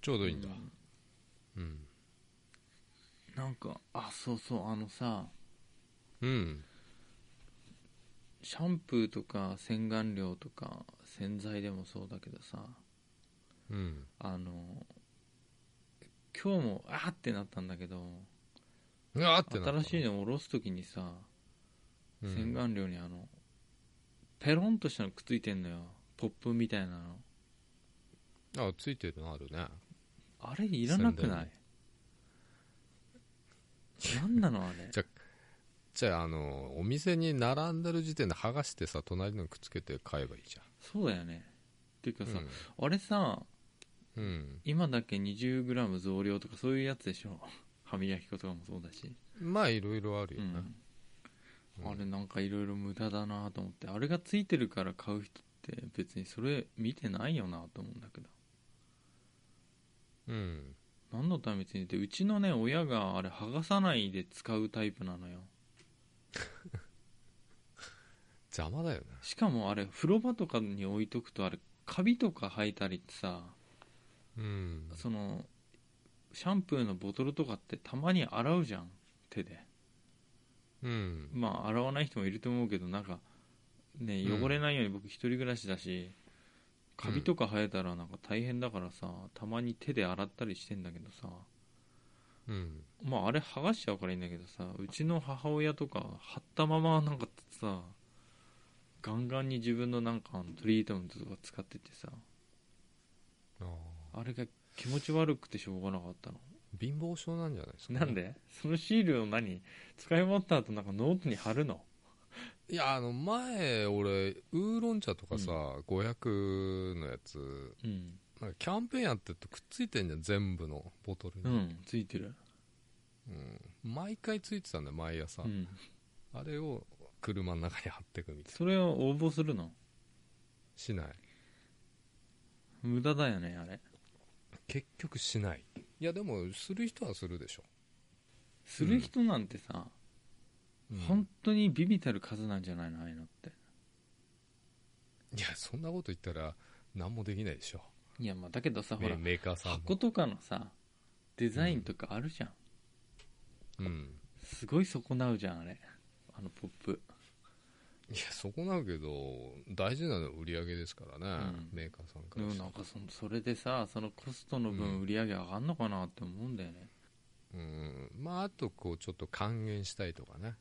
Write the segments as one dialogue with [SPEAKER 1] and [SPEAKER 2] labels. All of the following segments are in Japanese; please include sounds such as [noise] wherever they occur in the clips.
[SPEAKER 1] ちょうどいいんだ。うん。
[SPEAKER 2] なんかあそうそうあのさ
[SPEAKER 1] うん。
[SPEAKER 2] シャンプーとか洗顔料とか洗剤でもそうだけどさ
[SPEAKER 1] うん。
[SPEAKER 2] あの今日もあーってなったんだけど
[SPEAKER 1] うわーってな
[SPEAKER 2] 新しいのを下ろす時にさ、
[SPEAKER 1] うん
[SPEAKER 2] 洗顔料にあのペロンとしたのくっついてんのよポップみたいなの
[SPEAKER 1] あ、ついてるのあるね。
[SPEAKER 2] あれいらなくないなんなのあれ
[SPEAKER 1] じゃじゃあ、あの、お店に並んでる時点で剥がしてさ、隣のにくっつけて買えばいいじ
[SPEAKER 2] そうだよねっていう
[SPEAKER 1] ゃ
[SPEAKER 2] か
[SPEAKER 1] ん。
[SPEAKER 2] さ、あれさ
[SPEAKER 1] うん。うん
[SPEAKER 2] 今だけ 20g 増量とかそういうやつでしょ歯磨き粉とかもそうだし、
[SPEAKER 1] まあ、いろいろある
[SPEAKER 2] う
[SPEAKER 1] よね。
[SPEAKER 2] ん、あれなんかいろいろ無駄だなと思ってあれがついてるから買う人って別にそれ見てないよなと思うんだけど
[SPEAKER 1] うん。
[SPEAKER 2] 何のためについててうちのね親があれ剥がさないで使うタイプなのよ
[SPEAKER 1] 邪魔だよね。
[SPEAKER 2] しかもあれ風呂場とかに置いとくとあれカビとか生えたりってさ
[SPEAKER 1] うん。
[SPEAKER 2] そのシャンプーのボトルとかってたまに洗うじゃん手で
[SPEAKER 1] うん。
[SPEAKER 2] まあ洗わない人もいると思うけどなんかね
[SPEAKER 1] うん
[SPEAKER 2] 汚れないように僕一人暮らしだしカビとか生えたらなんか大変だからさたまに手で洗ったりしてんだけどさ
[SPEAKER 1] うん。
[SPEAKER 2] まああれ剥がしちゃうからいいんだけどさうちの母親とか貼ったままなんかさガンガンに自分のなんかあのトリートメントとか使っててさ
[SPEAKER 1] あー
[SPEAKER 2] あれが気持ち悪くてしょうがなかったの
[SPEAKER 1] 貧乏症なんじゃないですか、
[SPEAKER 2] なんでそのシールを何使い終わった後なんかノートに貼るの
[SPEAKER 1] いや、あの、前、俺、ウーロン茶とかさ、500のやつ、
[SPEAKER 2] うん
[SPEAKER 1] なんかキャンペーンやってるとくっついてんじゃん、全部のボトル
[SPEAKER 2] う
[SPEAKER 1] に。
[SPEAKER 2] んついてる
[SPEAKER 1] うん毎回ついてたんだよ、毎朝。
[SPEAKER 2] うん
[SPEAKER 1] あれを車の中に貼ってくみたいな。
[SPEAKER 2] それを応募するの
[SPEAKER 1] しない。
[SPEAKER 2] 無駄だよねあれ
[SPEAKER 1] 結局しない。いや、でも、する人はするでしょ。
[SPEAKER 2] する人なんてさ、
[SPEAKER 1] うん
[SPEAKER 2] 本当にビビたる数なんじゃないのああいうのって
[SPEAKER 1] いや、そんなこと言ったら、何もできないでしょ。
[SPEAKER 2] いやまあだけどさほ
[SPEAKER 1] メ
[SPEAKER 2] ら
[SPEAKER 1] メーカーさんも。
[SPEAKER 2] 箱とかのさデザインとかあるじゃん、
[SPEAKER 1] うん。
[SPEAKER 2] すごい損なうじゃんあれあのポップ
[SPEAKER 1] いや、そこなんだけど、大事なのは売り上げですからね、
[SPEAKER 2] うん
[SPEAKER 1] メーカーさんか
[SPEAKER 2] で
[SPEAKER 1] ら
[SPEAKER 2] も
[SPEAKER 1] した
[SPEAKER 2] な
[SPEAKER 1] ら
[SPEAKER 2] んかそのそれでさそのコストの
[SPEAKER 1] うん
[SPEAKER 2] 分売り上げ上がんのかなって思うんだよね、
[SPEAKER 1] うんまああとこうちょっと還元したいとかね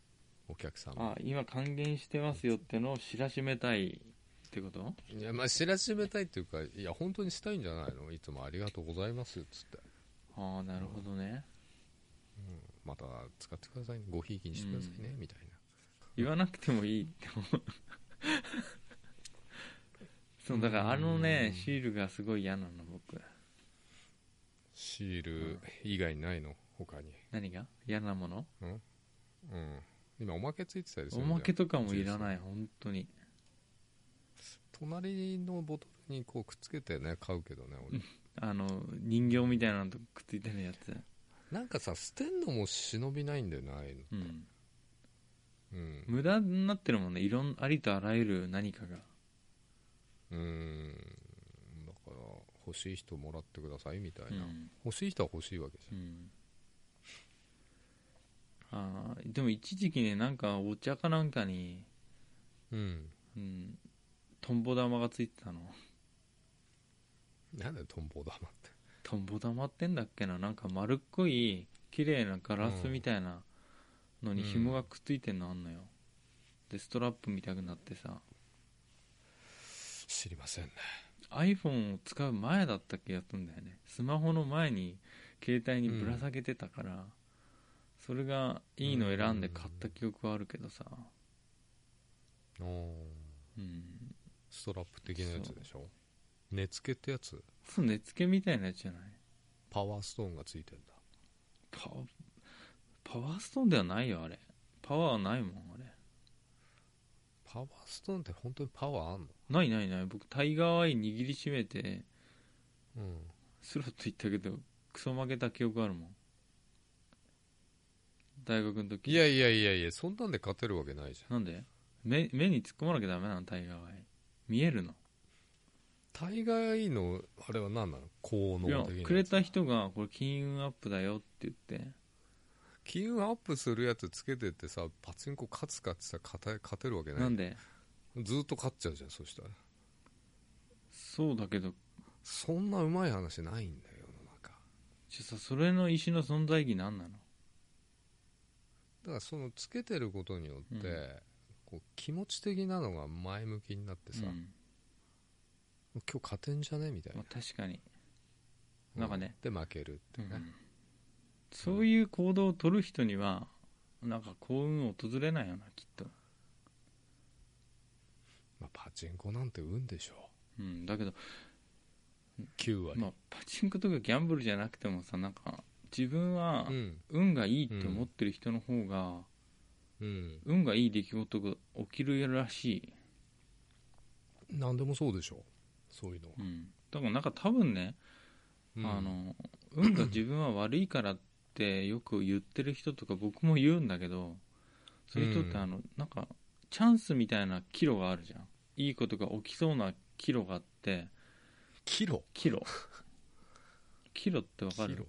[SPEAKER 1] お客さん
[SPEAKER 2] あ今還元してますよってのを知らしめたいってこと
[SPEAKER 1] いやまあ知らしめたいっていうかいや本当にしたいんじゃないのいつもありがとうございますっつって
[SPEAKER 2] ああなるほどね
[SPEAKER 1] また使ってくださいねごひいきにしてくださいね、
[SPEAKER 2] うん
[SPEAKER 1] みたいな
[SPEAKER 2] 言わなくてもいいって思う [laughs] そうだからあのね
[SPEAKER 1] うん
[SPEAKER 2] シールがすごい嫌なの僕
[SPEAKER 1] シール以外ないの他に
[SPEAKER 2] 何が嫌なもの
[SPEAKER 1] うん今おまけついてたりす
[SPEAKER 2] お
[SPEAKER 1] る
[SPEAKER 2] まけ
[SPEAKER 1] じゃん
[SPEAKER 2] とかもいらない本当に
[SPEAKER 1] 隣のボトルにこうくっつけてね買うけどね俺、
[SPEAKER 2] あの人形みたいなのとくっついてるやつ
[SPEAKER 1] なんかさ捨てんのも忍びないんだよねああいうの
[SPEAKER 2] うん
[SPEAKER 1] うん
[SPEAKER 2] 無駄になってるもんねいろんありとあらゆる何かが
[SPEAKER 1] うんだから欲しい人もらってくださいみたいうな、
[SPEAKER 2] ん、
[SPEAKER 1] 欲しい人は欲しいわけじゃん
[SPEAKER 2] うんあーでも一時期ねなんかお茶かなんかに、
[SPEAKER 1] うん
[SPEAKER 2] うん、トンボ玉がついてたの
[SPEAKER 1] なんでトンボ玉って
[SPEAKER 2] トンボ玉ってんだっけななんか丸っこい綺麗なガラスみたいなのに紐がくっついてんのあんのよ、でストラップみたくなってさ
[SPEAKER 1] 知りませんね
[SPEAKER 2] iPhone を使う前だったっけやったんだよねスマホの前に携帯にぶら下げてたから、それがいいの選んで買った記憶はあるけどさ、うん、
[SPEAKER 1] ストラップ的なやつでしょ根付けってやつ
[SPEAKER 2] そう根付けみたいなやつじゃない
[SPEAKER 1] パワーストーンがついてんだ
[SPEAKER 2] パワパワーストーンではないよあれパワーはないもんあれ
[SPEAKER 1] パワーストーンって本当にパワーあんの
[SPEAKER 2] ないないない僕タイガーアイ握りしめて
[SPEAKER 1] うん
[SPEAKER 2] スロット行ったけどクソ負けた記憶あるもん大学の時
[SPEAKER 1] いやいやいやいやそんなんで勝てるわけないじゃん
[SPEAKER 2] なんで目目に突っ込まなきゃダメなのタイガーアイ見えるの
[SPEAKER 1] 大概のあれは何なの効
[SPEAKER 2] いや
[SPEAKER 1] 能的な
[SPEAKER 2] くれた人がこれ金運アップだよって言って
[SPEAKER 1] 金運アップするやつつけてってさパチンコ勝つかってさ勝て勝てるわけない
[SPEAKER 2] なんで
[SPEAKER 1] ずっと勝っちゃうじゃんそしたら
[SPEAKER 2] そうだけど
[SPEAKER 1] そんなうまい話ないんだよ世の中
[SPEAKER 2] じゃあさそれの石の存在意義何なの
[SPEAKER 1] だからそのつけてることによって、
[SPEAKER 2] うん
[SPEAKER 1] こう気持ち的なのが前向きになってさ、
[SPEAKER 2] うん
[SPEAKER 1] 今日勝てんじゃねみたいな
[SPEAKER 2] まあ、確かになんかね、
[SPEAKER 1] うんで負けるってね、
[SPEAKER 2] うんそういう行動を取る人にはなんか幸運訪れないよなきっと、
[SPEAKER 1] まあ、パチンコなんて運でしょ
[SPEAKER 2] うん、だけど、
[SPEAKER 1] 9割、
[SPEAKER 2] まあ、パチンコとかギャンブルじゃなくてもさなんか自分は
[SPEAKER 1] うん
[SPEAKER 2] 運がいいって思ってる人の方が
[SPEAKER 1] うん
[SPEAKER 2] 運がいい出来事が起きるらしい、
[SPEAKER 1] 何でもそうでしょそういうのは、
[SPEAKER 2] うん、だからなんか多分ね、
[SPEAKER 1] うん
[SPEAKER 2] あの運が自分は悪いからってよく言ってる人とか僕も言うんだけどそういう人っ
[SPEAKER 1] うん
[SPEAKER 2] てあの、なんかチャンスみたいな岐路があるじゃんいいことが起きそうな岐路があ
[SPEAKER 1] [laughs]
[SPEAKER 2] って
[SPEAKER 1] キロ
[SPEAKER 2] 岐路岐路ってわか
[SPEAKER 1] キロ
[SPEAKER 2] る、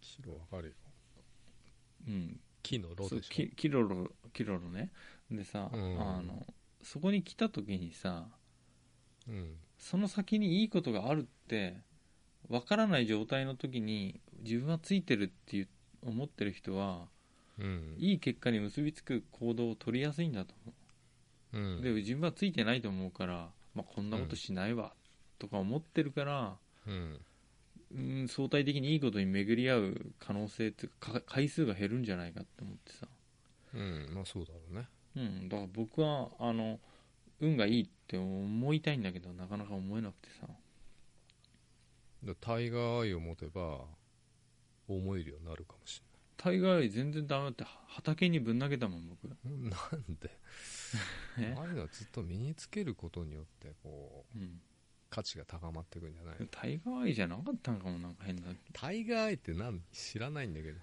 [SPEAKER 1] キロわかるよ
[SPEAKER 2] うん、
[SPEAKER 1] 木のロ
[SPEAKER 2] そう
[SPEAKER 1] でしょ
[SPEAKER 2] きキロロキロロねでさ、
[SPEAKER 1] うん
[SPEAKER 2] あのそこに来た時にさ
[SPEAKER 1] うん
[SPEAKER 2] その先にいいことがあるってわからない状態の時に自分はついてるっていう思ってる人は
[SPEAKER 1] うん
[SPEAKER 2] いい結果に結びつく行動を取りやすいんだと思
[SPEAKER 1] う
[SPEAKER 2] う、
[SPEAKER 1] ん
[SPEAKER 2] で自分はついてないと思うから、まあ、こんなことしないわとか思ってるから、
[SPEAKER 1] うん
[SPEAKER 2] うん、相対的にいいことに巡り合う可能性っていうかか回数が減るんじゃないかって思ってさ、
[SPEAKER 1] うんまあそうだろうね
[SPEAKER 2] うん、だから僕はあの運がいいって思いたいんだけどなかなか思えなくてさ
[SPEAKER 1] でタイガーアイを持てば思えるようになるかもし
[SPEAKER 2] 大概全然ダメだって畑にぶん投げたもん僕
[SPEAKER 1] れないなんで
[SPEAKER 2] [laughs] え
[SPEAKER 1] ああいうのはずっと身につけることによってこう
[SPEAKER 2] うん
[SPEAKER 1] 価値が高まっていくんじゃないの
[SPEAKER 2] タイガーアイじゃなかったんかもなんか変な
[SPEAKER 1] タイガーアイって何知らないんだけど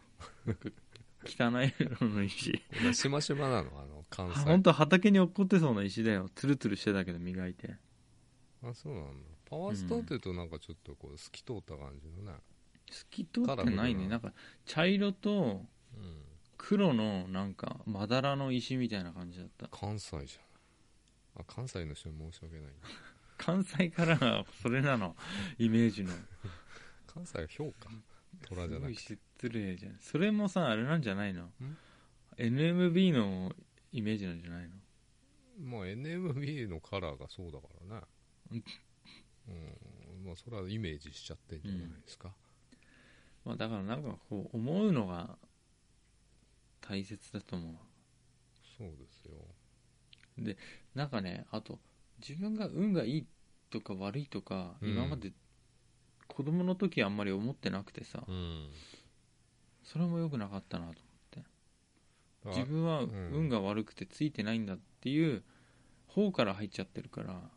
[SPEAKER 2] 汚い色の石
[SPEAKER 1] こんなしましまなのあの関西
[SPEAKER 2] 本当畑に落っこってそうな石だよツルツルしてたけど磨いて
[SPEAKER 1] あそうなんだパワーストーンっていうとなんかちょっとこう透き通った感じのね
[SPEAKER 2] 透き通ってないね
[SPEAKER 1] カラフルな
[SPEAKER 2] なんか茶色と
[SPEAKER 1] うん
[SPEAKER 2] 黒のなんかまだらの石みたいな感じだった
[SPEAKER 1] 関西じゃんあ関西の人に申し訳ない
[SPEAKER 2] 関西からがそれなのイメージの
[SPEAKER 1] 関西は評価虎じ
[SPEAKER 2] す
[SPEAKER 1] ゃ
[SPEAKER 2] ご
[SPEAKER 1] ないく
[SPEAKER 2] 失礼じゃんそれもさあれなんじゃないの
[SPEAKER 1] ん
[SPEAKER 2] NMB のイメージなんじゃないの
[SPEAKER 1] まあ NMB のカラーがそうだからね
[SPEAKER 2] うん
[SPEAKER 1] うんまあそれはイメージしちゃってんじゃないですか、
[SPEAKER 2] まあ、だからなんかこう思うのが大切だと思う
[SPEAKER 1] そうですよ
[SPEAKER 2] なんかねあと自分が運がいいとか悪いとか、
[SPEAKER 1] うん
[SPEAKER 2] 今まで子供の時あんまり思ってなくてさ、
[SPEAKER 1] うん
[SPEAKER 2] それも良くなかったなと
[SPEAKER 1] だから
[SPEAKER 2] 自分は
[SPEAKER 1] うん
[SPEAKER 2] 運が悪くてついてないんだっていう方から入っちゃってるから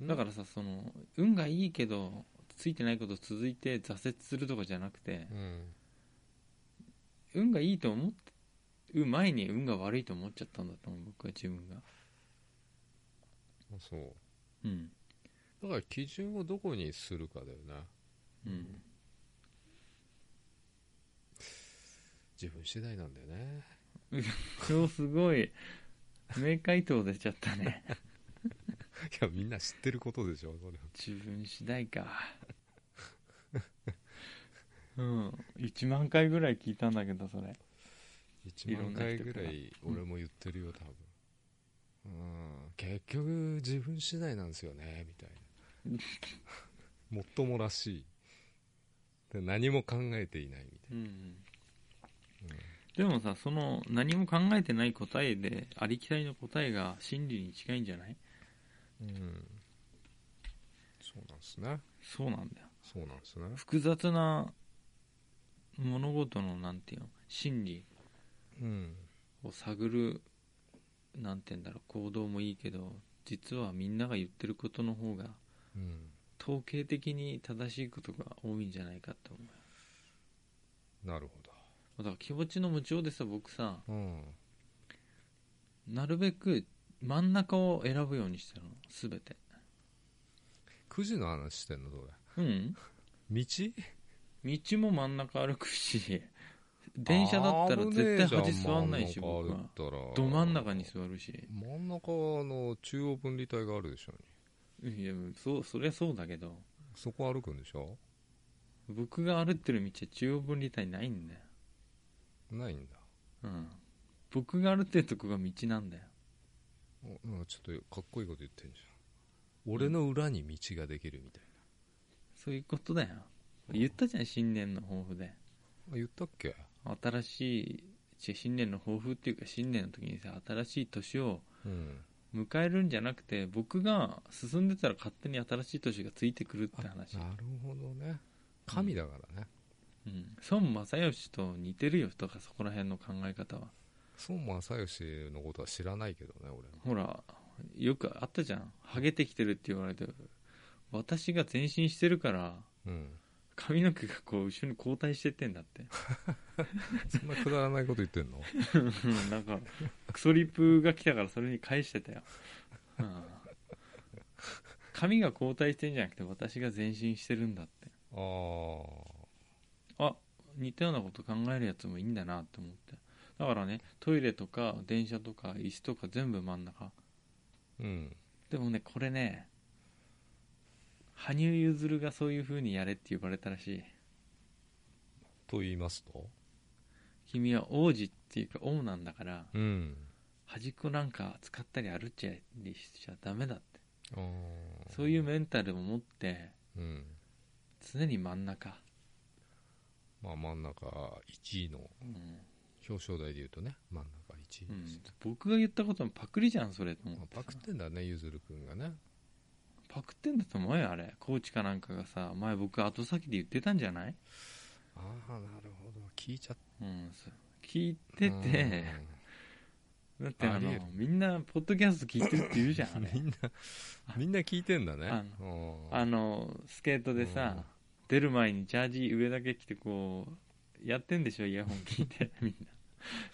[SPEAKER 2] だからさその運がいいけどついてないこと続いて挫折するとかじゃなくて
[SPEAKER 1] うん
[SPEAKER 2] 運がいいと思う前に運が悪いと思っちゃったんだと思う僕は自分が
[SPEAKER 1] あそう
[SPEAKER 2] うん
[SPEAKER 1] だから基準をどこにするかだよね
[SPEAKER 2] うん
[SPEAKER 1] 自分次第なんだよね [laughs]
[SPEAKER 2] 今日すごい明快答出ちゃったね [laughs]
[SPEAKER 1] いやみんな知ってることでしょそれ
[SPEAKER 2] 自分次第か [laughs] うん1万回ぐらい聞いたんだけどそれ
[SPEAKER 1] 1万回ぐらい俺も言ってるよ多分うん結局自分次第なんですよねみたいな [laughs] もっともらしいで何も考えていないみたい
[SPEAKER 2] うん
[SPEAKER 1] な、
[SPEAKER 2] でもさその何も考えてない答えでありきたりの答えが真理に近いんじゃない
[SPEAKER 1] うんそうなんですね
[SPEAKER 2] そうなんだよ
[SPEAKER 1] そうなんですね
[SPEAKER 2] 複雑な物事のなんていうの真理
[SPEAKER 1] うん
[SPEAKER 2] を探るなんていうんだろう行動もいいけど実はみんなが言ってることの方が
[SPEAKER 1] うん
[SPEAKER 2] 統計的に正しいことが多いんじゃないかって思うよ
[SPEAKER 1] なるほ
[SPEAKER 2] だから気持ちの持ちようでさ僕さ
[SPEAKER 1] どうん
[SPEAKER 2] なるべく真ん中を選ぶようにしてるの全て
[SPEAKER 1] 9時の話してんのそ
[SPEAKER 2] う
[SPEAKER 1] れ
[SPEAKER 2] ん
[SPEAKER 1] 道
[SPEAKER 2] 道も真ん中歩
[SPEAKER 1] [laughs]
[SPEAKER 2] くし電車だったら絶対端座んないし
[SPEAKER 1] 危ねえ
[SPEAKER 2] 僕
[SPEAKER 1] じゃん
[SPEAKER 2] は
[SPEAKER 1] 真ん中歩いたら
[SPEAKER 2] ど真ん中に座るし
[SPEAKER 1] 真ん中の中央分離帯があるでしょ
[SPEAKER 2] いやそうそりゃそうだけど
[SPEAKER 1] そこ歩くんでしょ
[SPEAKER 2] 僕が歩ってる道は中央分離帯ないんだよ、
[SPEAKER 1] ないんだ
[SPEAKER 2] うん、僕が歩ってるとこが道なんだよ
[SPEAKER 1] おなんかちょっとかっこいいこと言ってんじゃん俺の裏に道ができるみたい
[SPEAKER 2] そういうことだよ言ったじゃん新年の抱負で
[SPEAKER 1] な、あ言ったっけ
[SPEAKER 2] 新しい違う新年の抱負っていうか新年の時にさ新しい年を
[SPEAKER 1] うん
[SPEAKER 2] 迎えるんじゃなくて僕が進んでたら勝手に新しい年がついてくるって話、
[SPEAKER 1] なるほどね神だからね、
[SPEAKER 2] うん、孫正義と似てるよとかそこら辺の考え方は
[SPEAKER 1] 孫正義のことは知らないけどね俺
[SPEAKER 2] ほらよくあったじゃんハゲてきてるって言われて私が前進してるから
[SPEAKER 1] うん
[SPEAKER 2] 髪の毛がこう後ろに後退してってんだって [laughs]
[SPEAKER 1] そんなくだらないこと言って [laughs] んの
[SPEAKER 2] うんなんかクソリプが来たからそれに返してたよ、うん髪が後退してんじゃなくて私が前進してるんだって
[SPEAKER 1] あ
[SPEAKER 2] あ似たようなこと考えるやつもいいんだなって思ってだからねトイレとか電車とか椅子とか全部真ん中
[SPEAKER 1] あうん
[SPEAKER 2] でもねこれね羽生結弦がそういう風にやれって言われたらしい
[SPEAKER 1] と言いますと
[SPEAKER 2] 君は王子っていうか王なんだから
[SPEAKER 1] うん
[SPEAKER 2] 端っこなんか使ったり歩っちゃりしちゃダメだって
[SPEAKER 1] ああ
[SPEAKER 2] そういうメンタルを持って
[SPEAKER 1] うん
[SPEAKER 2] 常に真ん中、
[SPEAKER 1] まあ真ん中1位の
[SPEAKER 2] うん
[SPEAKER 1] 表彰台でいうとね真ん中1位
[SPEAKER 2] うん
[SPEAKER 1] です、
[SPEAKER 2] 僕が言ったこともパクリじゃんそれと思
[SPEAKER 1] ま
[SPEAKER 2] っ
[SPEAKER 1] あ
[SPEAKER 2] てさ
[SPEAKER 1] パクってんだねゆずるくんがね
[SPEAKER 2] パクってんだと思うよあれコーチかなんかがさ前僕後先で言ってたんじゃない、
[SPEAKER 1] ああなるほど聞いちゃっ
[SPEAKER 2] うん、そう聞いて
[SPEAKER 1] て
[SPEAKER 2] てだってあ
[SPEAKER 1] あり
[SPEAKER 2] の
[SPEAKER 1] える
[SPEAKER 2] みんなポッドキャスト聞いてるって [laughs] 言うじゃんあ
[SPEAKER 1] うん
[SPEAKER 2] れ
[SPEAKER 1] みんなみんな聞いてんだね
[SPEAKER 2] あ
[SPEAKER 1] うん
[SPEAKER 2] あのスケートでさ、
[SPEAKER 1] うん
[SPEAKER 2] 出る前にジャージ上だけ着てこうやってんでしょイヤホン聞いてみんな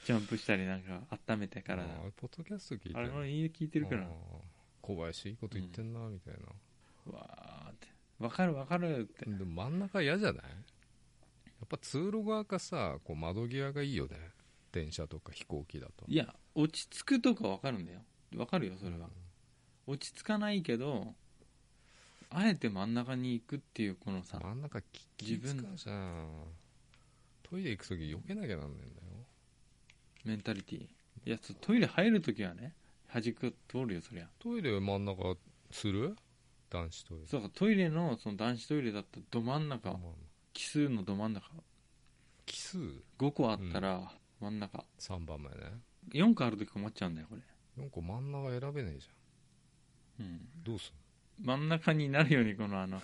[SPEAKER 2] ジャンプしたりなんか温めてから
[SPEAKER 1] ああポッドキャスト聞いて
[SPEAKER 2] あれ
[SPEAKER 1] る
[SPEAKER 2] の家聞いてるから
[SPEAKER 1] ああ小林いいこと言ってんなみたいな、
[SPEAKER 2] わーってわかるわかるって
[SPEAKER 1] でも真ん中嫌じゃないやっぱ通路側かさこう窓際がいいよね電車とか飛行機だと
[SPEAKER 2] いや落ち着くとかわかるんだよわかるよそれは、落ち着かないけどあえて真ん中に行くっていうこのさ
[SPEAKER 1] 真ん中き気
[SPEAKER 2] 自
[SPEAKER 1] 使
[SPEAKER 2] 分
[SPEAKER 1] うじゃんトイレ行く時避けなきゃなんねえんだよ
[SPEAKER 2] メンタリティいやそうトイレ入るときはね端っこ通るよそりゃ
[SPEAKER 1] トイレ真ん中する男子トイレ
[SPEAKER 2] そうかトイレのその男子トイレだったらど真ん中
[SPEAKER 1] まあ
[SPEAKER 2] 奇数のど真ん中
[SPEAKER 1] 奇数
[SPEAKER 2] 5個あったら真ん中、
[SPEAKER 1] 3番目ね
[SPEAKER 2] 4個あるとき困っちゃうんだよこれ、
[SPEAKER 1] なんか真ん中選べねえじ
[SPEAKER 2] うん、
[SPEAKER 1] ゃんどうす
[SPEAKER 2] 真ん中になるようにこのあの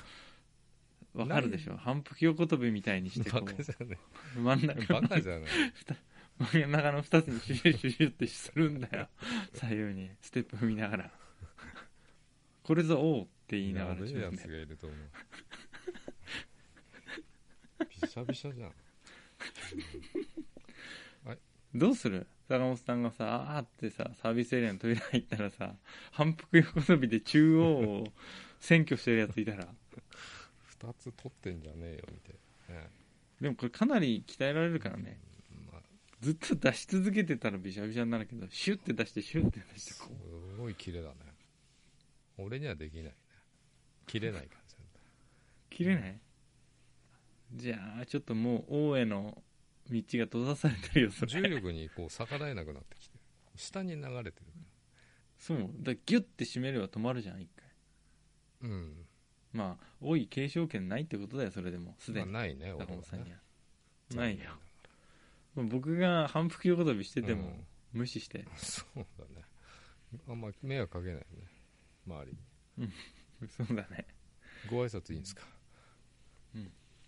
[SPEAKER 2] わかるでしょ反復横跳びみたいにし
[SPEAKER 1] ん
[SPEAKER 2] て
[SPEAKER 1] バ
[SPEAKER 2] こ
[SPEAKER 1] カじゃね
[SPEAKER 2] う真ん
[SPEAKER 1] え
[SPEAKER 2] 中
[SPEAKER 1] バカじゃない
[SPEAKER 2] 真ん中の2つにシュシュシュシュってするんだ
[SPEAKER 1] [laughs]
[SPEAKER 2] よ左右にステップ踏みながらこれぞ王って言いながら
[SPEAKER 1] やべ
[SPEAKER 2] 自
[SPEAKER 1] えや
[SPEAKER 2] 分
[SPEAKER 1] つ
[SPEAKER 2] で
[SPEAKER 1] がいると思うびしゃびしゃじゃん
[SPEAKER 2] どうする坂本さんがさあーってさサービスエリアのトイレ入ったらさ反復横跳びで中央を占拠してるやついたら
[SPEAKER 1] 2つ取ってんじゃねえよみたいなね
[SPEAKER 2] でもこれかなり鍛えられるからね
[SPEAKER 1] まあ
[SPEAKER 2] ずっと出し続けてたらびしゃびしゃになるけどシュッて出してシュッて出して
[SPEAKER 1] す
[SPEAKER 2] こう
[SPEAKER 1] ごいキレだね俺にはできないね切れない感じなんだ
[SPEAKER 2] 切れないじゃあちょっともう王への道が閉ざされてるよそ
[SPEAKER 1] 重
[SPEAKER 2] れ
[SPEAKER 1] 力にこう逆らえなくなってきて下に流れて
[SPEAKER 2] そうだからギュッて締めれば止まるじゃん一回
[SPEAKER 1] るうん
[SPEAKER 2] まあ王位継承権ないってことだよそれでもすでに
[SPEAKER 1] まあないね
[SPEAKER 2] 坂
[SPEAKER 1] 俺
[SPEAKER 2] 本さん
[SPEAKER 1] は
[SPEAKER 2] に
[SPEAKER 1] ね
[SPEAKER 2] はないよまあ僕が反復横跳びしてて
[SPEAKER 1] う
[SPEAKER 2] も
[SPEAKER 1] ん
[SPEAKER 2] 無視して [laughs]
[SPEAKER 1] そうだねあんま迷惑かけないね周りに
[SPEAKER 2] そうだね
[SPEAKER 1] ご挨拶いいんですか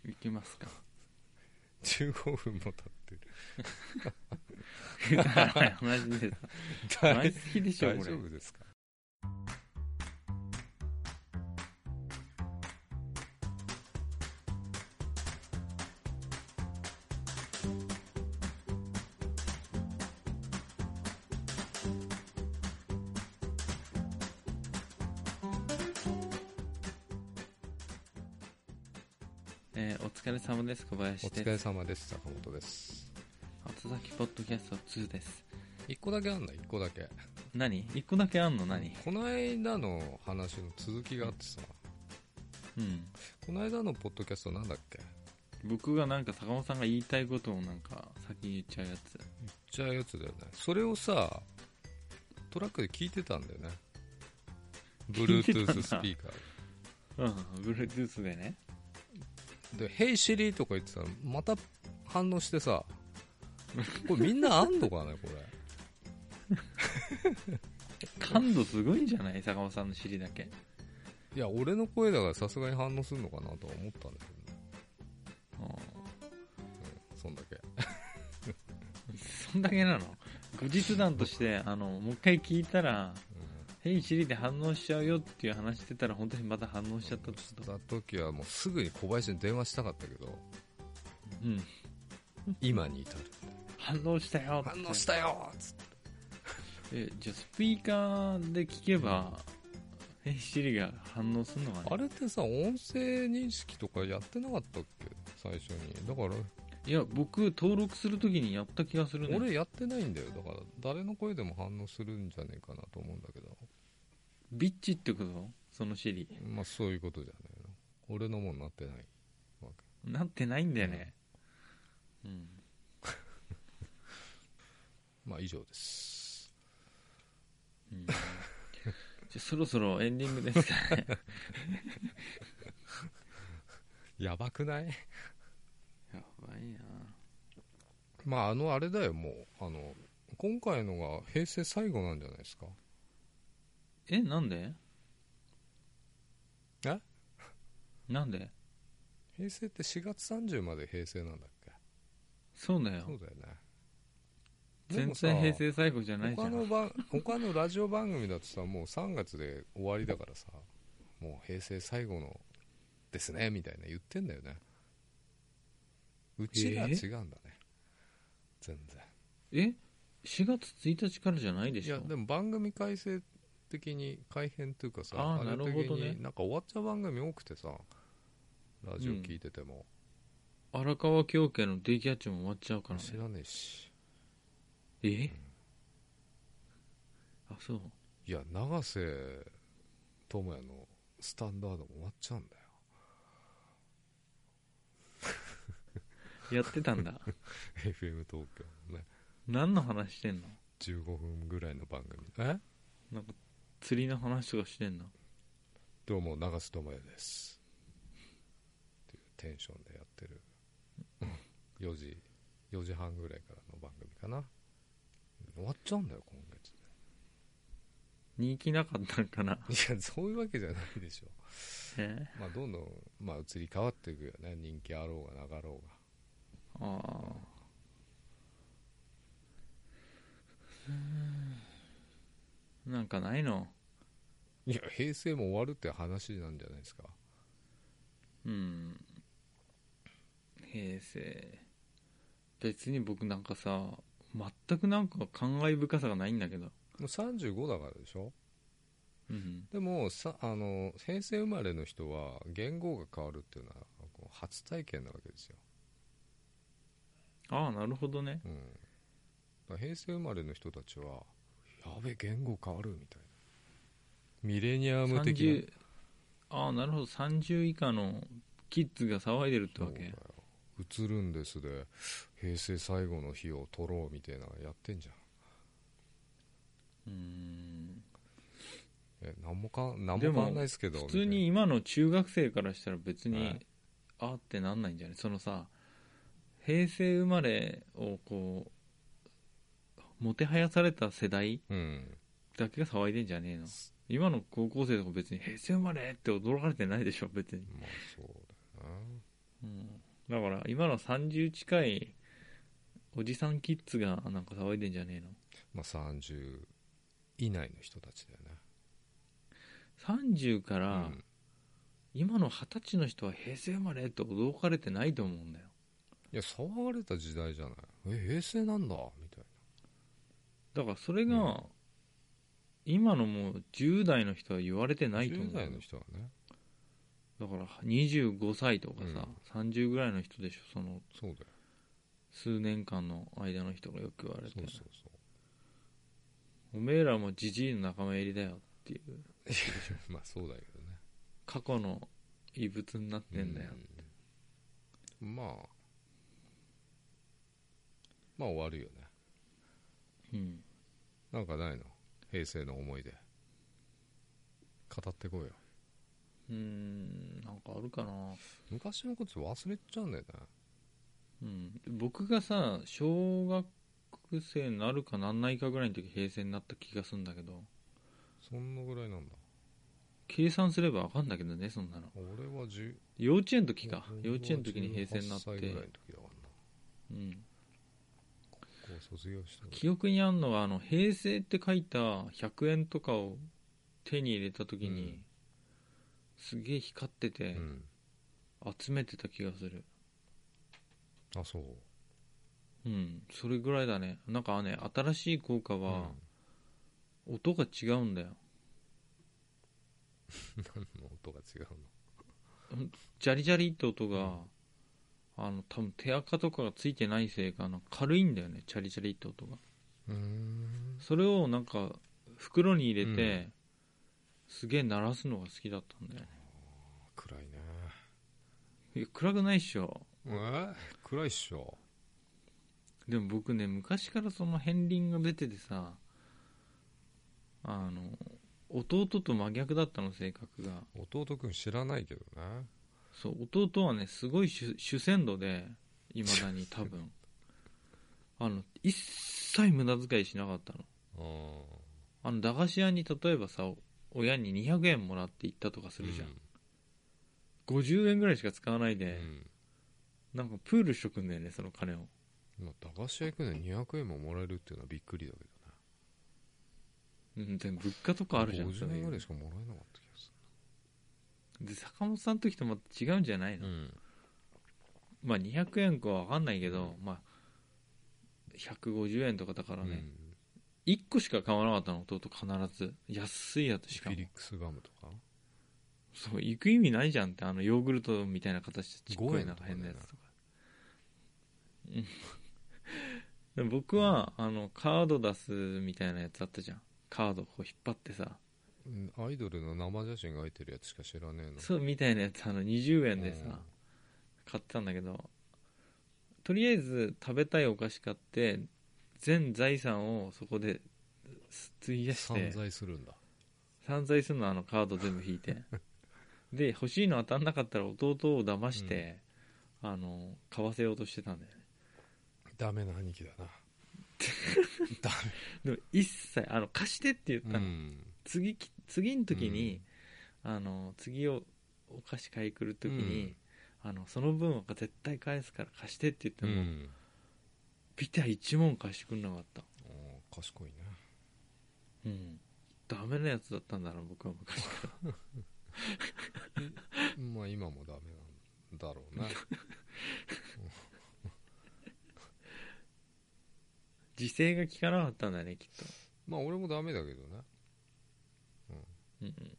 [SPEAKER 2] 行きますか [laughs]
[SPEAKER 1] 15分も経ってる
[SPEAKER 2] くだらない話でさ
[SPEAKER 1] 大
[SPEAKER 2] 毎月でしょこ
[SPEAKER 1] 大
[SPEAKER 2] れ
[SPEAKER 1] 丈夫ですか
[SPEAKER 2] えーお疲れ様です小林
[SPEAKER 1] お
[SPEAKER 2] です
[SPEAKER 1] 疲れ様です坂本です
[SPEAKER 2] 初崎ポッドキャスト2です
[SPEAKER 1] 1個だけあんな1個だけ
[SPEAKER 2] 何一個だけあんの何
[SPEAKER 1] この間の話の続きがあってさ
[SPEAKER 2] うん
[SPEAKER 1] この間のポッドキャストなんだっけ言っ
[SPEAKER 2] 僕がなんか坂本さんが言いたいことをなんか先に言っちゃうやつ
[SPEAKER 1] ちゃうやつだよねそれをさトラックで聞いてたんだよね
[SPEAKER 2] 聞いてたんだ
[SPEAKER 1] Bluetooth スピーカ
[SPEAKER 2] うん Bluetooth でね
[SPEAKER 1] ーで「Hey Siri」とか言ってたらまた反応してさこれみんなあんのかねこれ
[SPEAKER 2] 感度すごいんじゃない坂本さんの尻だけ
[SPEAKER 1] いや俺の声だからさすがに反応するのかなとは思ったんだけどね、
[SPEAKER 2] う
[SPEAKER 1] うん、そんだけ
[SPEAKER 2] んそんだけなの後日談としてあのもう一回聞いたら
[SPEAKER 1] う
[SPEAKER 2] 「ヘイシリ」で反応しちゃうよっていう話してたら本当にまた反応しちゃったってこ
[SPEAKER 1] ん、
[SPEAKER 2] と
[SPEAKER 1] た時はもうすぐに小林に電話したかったけど
[SPEAKER 2] うん
[SPEAKER 1] 今に至る
[SPEAKER 2] 反応したよって
[SPEAKER 1] 反応したよっつって
[SPEAKER 2] えじゃあスピーカーで聞けば「ヘイシリ」が反応するのかね
[SPEAKER 1] あれってさ音声認識とかやってなかったっけ最初にだから
[SPEAKER 2] いや僕登録するときにやった気がするね
[SPEAKER 1] 俺やってないんだよだから誰の声でも反応するんじゃねえかなと思うんだけど
[SPEAKER 2] ビッチってことそのシリ
[SPEAKER 1] まあそういうことじゃないの俺のもんなってないわけ
[SPEAKER 2] なってないんだよねうん
[SPEAKER 1] まあ以上です
[SPEAKER 2] うんじゃあそろそろエンディングですかね
[SPEAKER 1] やばくない
[SPEAKER 2] やばいな
[SPEAKER 1] まああのあれだよもうあの今回のが平成最後なんじゃないですか
[SPEAKER 2] えなんで
[SPEAKER 1] え
[SPEAKER 2] なんで
[SPEAKER 1] 平成って4月30まで平成なんだっけ
[SPEAKER 2] そうだよ
[SPEAKER 1] そうだよねで
[SPEAKER 2] 全
[SPEAKER 1] もさ
[SPEAKER 2] 然平成最後じゃないじゃ
[SPEAKER 1] 他
[SPEAKER 2] ん
[SPEAKER 1] の番他のラジオ番組だとさもう3月で終わりだからさもう平成最後のですねみたいな言ってんだよねうちらは違うんだね、全
[SPEAKER 2] え4月1日からじゃない
[SPEAKER 1] 然
[SPEAKER 2] で
[SPEAKER 1] い
[SPEAKER 2] し
[SPEAKER 1] や
[SPEAKER 2] ょ
[SPEAKER 1] でも番組改正的に改編というかさ
[SPEAKER 2] あー
[SPEAKER 1] れ
[SPEAKER 2] なるほどね
[SPEAKER 1] 的になんか終わっちゃう番組多くてさラジオ聞いてても、
[SPEAKER 2] 荒川京家のデイキャッチも終わっちゃうからね
[SPEAKER 1] 知らねえし
[SPEAKER 2] えあそう
[SPEAKER 1] いや永瀬智也のスタンダードも終わっちゃうんだよ
[SPEAKER 2] やって
[SPEAKER 1] [laughs]
[SPEAKER 2] たんだ
[SPEAKER 1] FM 東京のね
[SPEAKER 2] 何の話してんの
[SPEAKER 1] 15分ぐらいの番組え
[SPEAKER 2] なんか釣りの話とかしてんの
[SPEAKER 1] どうも長瀬智也ですっていうテンションでやってる4時4時半ぐらいからの番組かな終わっちゃうんだよ今月
[SPEAKER 2] 人気なかったんかな
[SPEAKER 1] いやそういうわけじゃないでしょ
[SPEAKER 2] え
[SPEAKER 1] まあどんどん、まあ、移り変わっていくよね人気あろうがなかろうが
[SPEAKER 2] ああなんかないの
[SPEAKER 1] いや平成も終わるって話なんじゃないですか
[SPEAKER 2] うん平成別に僕なんかさ全くなんか感慨深さがないんだけど
[SPEAKER 1] もう35だからでしょ
[SPEAKER 2] うん
[SPEAKER 1] でもさあの平成生まれの人は言語が変わるっていうのはこう初体験なわけですよ
[SPEAKER 2] ああなるほどね
[SPEAKER 1] うん、だから平成生まれの人たちはやべ言語変わるみたいなミレニアム的
[SPEAKER 2] 30ああなるほど30以下のキッズが騒いでるって
[SPEAKER 1] な
[SPEAKER 2] わけ
[SPEAKER 1] 映るんですで平成最後の日を撮ろうみたいなのやってんじゃん
[SPEAKER 2] うん
[SPEAKER 1] え何もか何も
[SPEAKER 2] で
[SPEAKER 1] 変
[SPEAKER 2] も
[SPEAKER 1] わんないですけど
[SPEAKER 2] 普通に今の中学生からしたら別に、
[SPEAKER 1] はい
[SPEAKER 2] あーってなんないんじゃないそのさ平成生まれをこうもてはやされた世代
[SPEAKER 1] みたいなうん
[SPEAKER 2] だけが騒いでんじゃねえの今の高校生とか別に平成生まれって驚かれてないでしょ別に、
[SPEAKER 1] まあそうだよ
[SPEAKER 2] うん、だから今の30近いおじさんキッズがなんか騒いでんじゃねえの
[SPEAKER 1] な、まあ、30以内の人たちだよね
[SPEAKER 2] 30か
[SPEAKER 1] う
[SPEAKER 2] ら
[SPEAKER 1] ん
[SPEAKER 2] 今の二十歳の人は平成生まれって驚かれてないと思うんだよ
[SPEAKER 1] いや騒がれた時代じゃないえ平成なんだみたい
[SPEAKER 2] だからそれが、
[SPEAKER 1] うん
[SPEAKER 2] 今のもう10代の人は言われて
[SPEAKER 1] な
[SPEAKER 2] ないと思う
[SPEAKER 1] 10代の人はね
[SPEAKER 2] だから25歳とかさ、30ぐらいの人でしょその
[SPEAKER 1] そうだよ
[SPEAKER 2] 数年間の間の人がよく言われて
[SPEAKER 1] そうそうそ
[SPEAKER 2] おめえらもジジイの仲間入りだよっていう
[SPEAKER 1] うまあそうだけど
[SPEAKER 2] [laughs]
[SPEAKER 1] ね
[SPEAKER 2] 過去の異物になってんだよ、
[SPEAKER 1] うんまあまあ終わるよね
[SPEAKER 2] うん、
[SPEAKER 1] なんかないの平成の思い出語ってこいよ
[SPEAKER 2] うーんなんかあるかな、
[SPEAKER 1] 昔のこと忘れちゃうんだよね
[SPEAKER 2] うん、僕がさ小学生になるかなんないかぐらいの時平成になった気がするんだけど
[SPEAKER 1] そんなぐらいなんだ
[SPEAKER 2] 計算すれば分かんだけどねそんなの
[SPEAKER 1] 俺は10
[SPEAKER 2] 幼稚園の時か
[SPEAKER 1] 俺
[SPEAKER 2] 幼
[SPEAKER 1] は
[SPEAKER 2] 稚園の時に平成になっ
[SPEAKER 1] 18歳ぐらい
[SPEAKER 2] て、
[SPEAKER 1] の時だからな
[SPEAKER 2] うん、
[SPEAKER 1] 高校卒業したぐらい
[SPEAKER 2] 記憶にあるのはあの平成って書いた100円とかを手に入れた時
[SPEAKER 1] う
[SPEAKER 2] に、
[SPEAKER 1] ん
[SPEAKER 2] すげえ光ってて
[SPEAKER 1] うん
[SPEAKER 2] 集めてた気がする
[SPEAKER 1] あそう
[SPEAKER 2] うんそれぐらいだねなんかね新しい効果
[SPEAKER 1] う
[SPEAKER 2] は
[SPEAKER 1] ん
[SPEAKER 2] 音が違うんだよ
[SPEAKER 1] の音が違うの
[SPEAKER 2] ジャリジャリって音が、あの多分手垢とかがついてないせいかあの軽いんだよねチャリチャリって音が
[SPEAKER 1] うーん
[SPEAKER 2] それをなんか袋に入れて、すげえ鳴らすのが好きだったんだよね
[SPEAKER 1] 暗いね
[SPEAKER 2] いや暗くないっしょ
[SPEAKER 1] えー暗いっしょ
[SPEAKER 2] でも僕ね昔からその片鱗が出ててさあの弟と真逆だったの性格が
[SPEAKER 1] 弟くん知らないけどね
[SPEAKER 2] そう弟はねすごい主主戦度でいまだ
[SPEAKER 1] [laughs]
[SPEAKER 2] に多分あの一切無駄遣いしなかったの
[SPEAKER 1] うん
[SPEAKER 2] あの駄菓子屋に例えばさ親に200円もらって行ったとかするじゃん、50円ぐらいしか使わないうで、
[SPEAKER 1] ん
[SPEAKER 2] なんかプールしとくんだよねその金を
[SPEAKER 1] まあ、駄菓子屋行くのに200円ももらえるっていうのはびっくりだけどね
[SPEAKER 2] うんでも物価とかあるじゃんそ
[SPEAKER 1] 50
[SPEAKER 2] う
[SPEAKER 1] 円
[SPEAKER 2] い
[SPEAKER 1] ぐ
[SPEAKER 2] う
[SPEAKER 1] らいしかもらえなかった気がす
[SPEAKER 2] で坂本さんの時とまた違うんじゃない
[SPEAKER 1] る
[SPEAKER 2] の、まあ200円かは分かんないけど、まあ150円とかだから
[SPEAKER 1] うん、
[SPEAKER 2] ね、1個しか買わなかったの弟必ず安いやつし
[SPEAKER 1] フ
[SPEAKER 2] か
[SPEAKER 1] ィ
[SPEAKER 2] も
[SPEAKER 1] リックスガムとか
[SPEAKER 2] そう行く意味ないじゃんってあのヨーグルトみたいな形でちっこ
[SPEAKER 1] 5
[SPEAKER 2] い
[SPEAKER 1] 円
[SPEAKER 2] なん
[SPEAKER 1] と
[SPEAKER 2] か
[SPEAKER 1] かね
[SPEAKER 2] 変なやつとかうんでも [laughs] 僕は、あのカード出すみたいなやつあったじゃんカードこう引っ張ってさ、
[SPEAKER 1] うんアイドルの生写真が入ってるやつしか知らねえの
[SPEAKER 2] そうみたいなやつあの20円でさ、
[SPEAKER 1] うん
[SPEAKER 2] 買ってたんだけどとりあえず食べたいお菓子買って全財産をそこです費やして
[SPEAKER 1] 散財するんだ
[SPEAKER 2] 散財するのあのカード全部引
[SPEAKER 1] [laughs]
[SPEAKER 2] いてで欲しいの当たんなかったら弟を騙して、あの買わせようとしてたんだよね
[SPEAKER 1] ダメな兄貴だ
[SPEAKER 2] [laughs]
[SPEAKER 1] なダ
[SPEAKER 2] でも一切あの貸してって言った
[SPEAKER 1] メう
[SPEAKER 2] の、
[SPEAKER 1] ん
[SPEAKER 2] 次き次の時に、あの次をお菓子買い来る時に、あのその分は絶対返すから貸してって言って
[SPEAKER 1] う
[SPEAKER 2] も、
[SPEAKER 1] ん
[SPEAKER 2] ピタ一問貸してくんなかった
[SPEAKER 1] おー賢いね
[SPEAKER 2] うんダメなやつだったんだな僕は昔 [laughs] から
[SPEAKER 1] まあ今もダメなんだろうね
[SPEAKER 2] 自制が効かなかったんだねきっと
[SPEAKER 1] まあ俺もダメだけどね
[SPEAKER 2] うんうん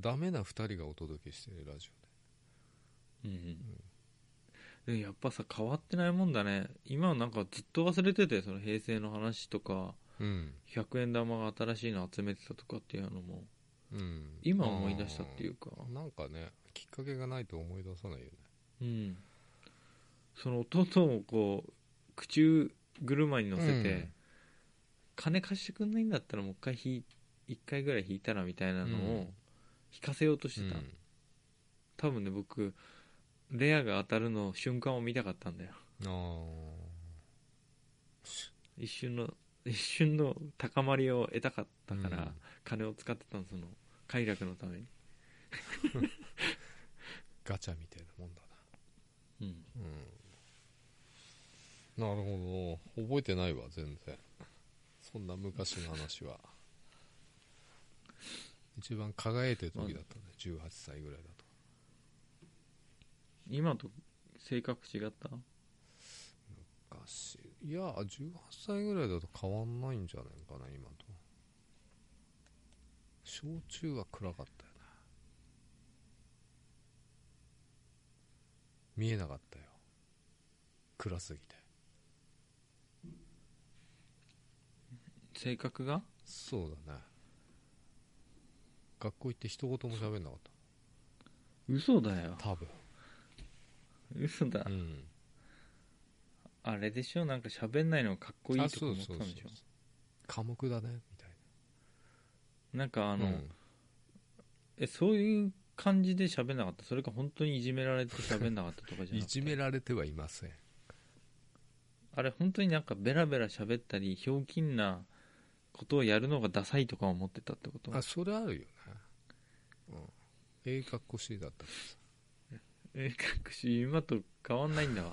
[SPEAKER 1] ダメな2人がお届けしてるラジ
[SPEAKER 2] うんでもやっぱさ変わってないもんだね今はなんかずっと忘れててその平成の話とか
[SPEAKER 1] オでうん
[SPEAKER 2] 100円玉が新しいの集めてたとかっていうのも
[SPEAKER 1] うん
[SPEAKER 2] 今思い出したっていうか
[SPEAKER 1] あーなんかねきっかけがないと思い出さないよね
[SPEAKER 2] うんその弟をこう口車に乗せて、
[SPEAKER 1] うん
[SPEAKER 2] 金貸してくんないんだったらもう一回ひ一回ぐらい引いたらみたいなの
[SPEAKER 1] う
[SPEAKER 2] を
[SPEAKER 1] ん
[SPEAKER 2] 引かせようとしてた、
[SPEAKER 1] うん
[SPEAKER 2] 多分ね僕レアが当たるの瞬間を見たかったんだよ
[SPEAKER 1] あ
[SPEAKER 2] 一瞬の一瞬の高まりを得たかったから、
[SPEAKER 1] うん
[SPEAKER 2] 金を使ってたのその快楽のために、
[SPEAKER 1] ーガチャみたいなもんだ
[SPEAKER 2] うん、
[SPEAKER 1] なうんなるほど覚えてないわ全然そんな昔の話は一番輝いてる時だったね18歳ぐらいだと
[SPEAKER 2] 今と性格違った
[SPEAKER 1] 昔いや18歳ぐらいだと変わんないんじゃないかな今と焼酎は暗かったよ見えなかったよ暗すぎて
[SPEAKER 2] 性格が
[SPEAKER 1] そうだね学校行って一言も喋んなかっ
[SPEAKER 2] 嘘だよ
[SPEAKER 1] た多分
[SPEAKER 2] 嘘だ、
[SPEAKER 1] うん
[SPEAKER 2] あれでしょなんか喋んないのがかっこいいとか思ってたんでしょ
[SPEAKER 1] 科目だねみたい
[SPEAKER 2] なんかあ
[SPEAKER 1] な
[SPEAKER 2] の、
[SPEAKER 1] うん
[SPEAKER 2] えそういう感じで喋んなかったそれか本当にいじめられて喋んなかったとかじゃなく
[SPEAKER 1] い
[SPEAKER 2] て
[SPEAKER 1] じめられてはいません
[SPEAKER 2] あれ本当になんかベラベラ喋ったりひょうきんなことをやるのがダサいとか思ってたってこと
[SPEAKER 1] あそれあるよねうんええ格好してだったからさ
[SPEAKER 2] え隠し今と変わんないんだわ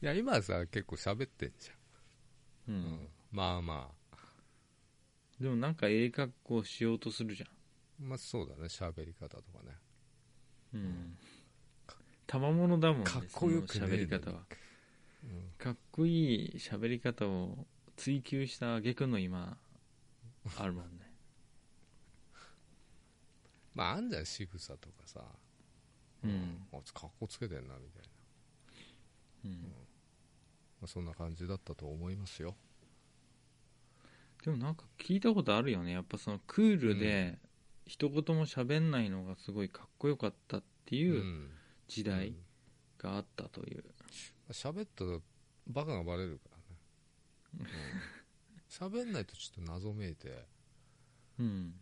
[SPEAKER 1] いや今はさ結構喋ってんじ
[SPEAKER 2] うん、
[SPEAKER 1] ゃん、 [laughs] うんまあまあ
[SPEAKER 2] でもなんかええ格好しようとするじ
[SPEAKER 1] まあそうだね喋り方とかね
[SPEAKER 2] ゃん、うんたまものだもんね
[SPEAKER 1] かっこよくね
[SPEAKER 2] その喋り方は
[SPEAKER 1] うん
[SPEAKER 2] かっこいい喋り方を追求した挙句の今あるもんね
[SPEAKER 1] まああんじゃん仕草とかさ
[SPEAKER 2] うん、
[SPEAKER 1] あいつ格好つけてんなみたいな、
[SPEAKER 2] うん、
[SPEAKER 1] まあ、そんな感じだったと思いますよ
[SPEAKER 2] でもなんか聞いたことあるよねやっぱそのクールで一言も喋んないのがすごいかっこよかったって
[SPEAKER 1] う
[SPEAKER 2] いうん時
[SPEAKER 1] うん
[SPEAKER 2] 代があったという、
[SPEAKER 1] 喋ったらバカがバレるからね、うん、喋んないとちょっと謎めいて
[SPEAKER 2] うん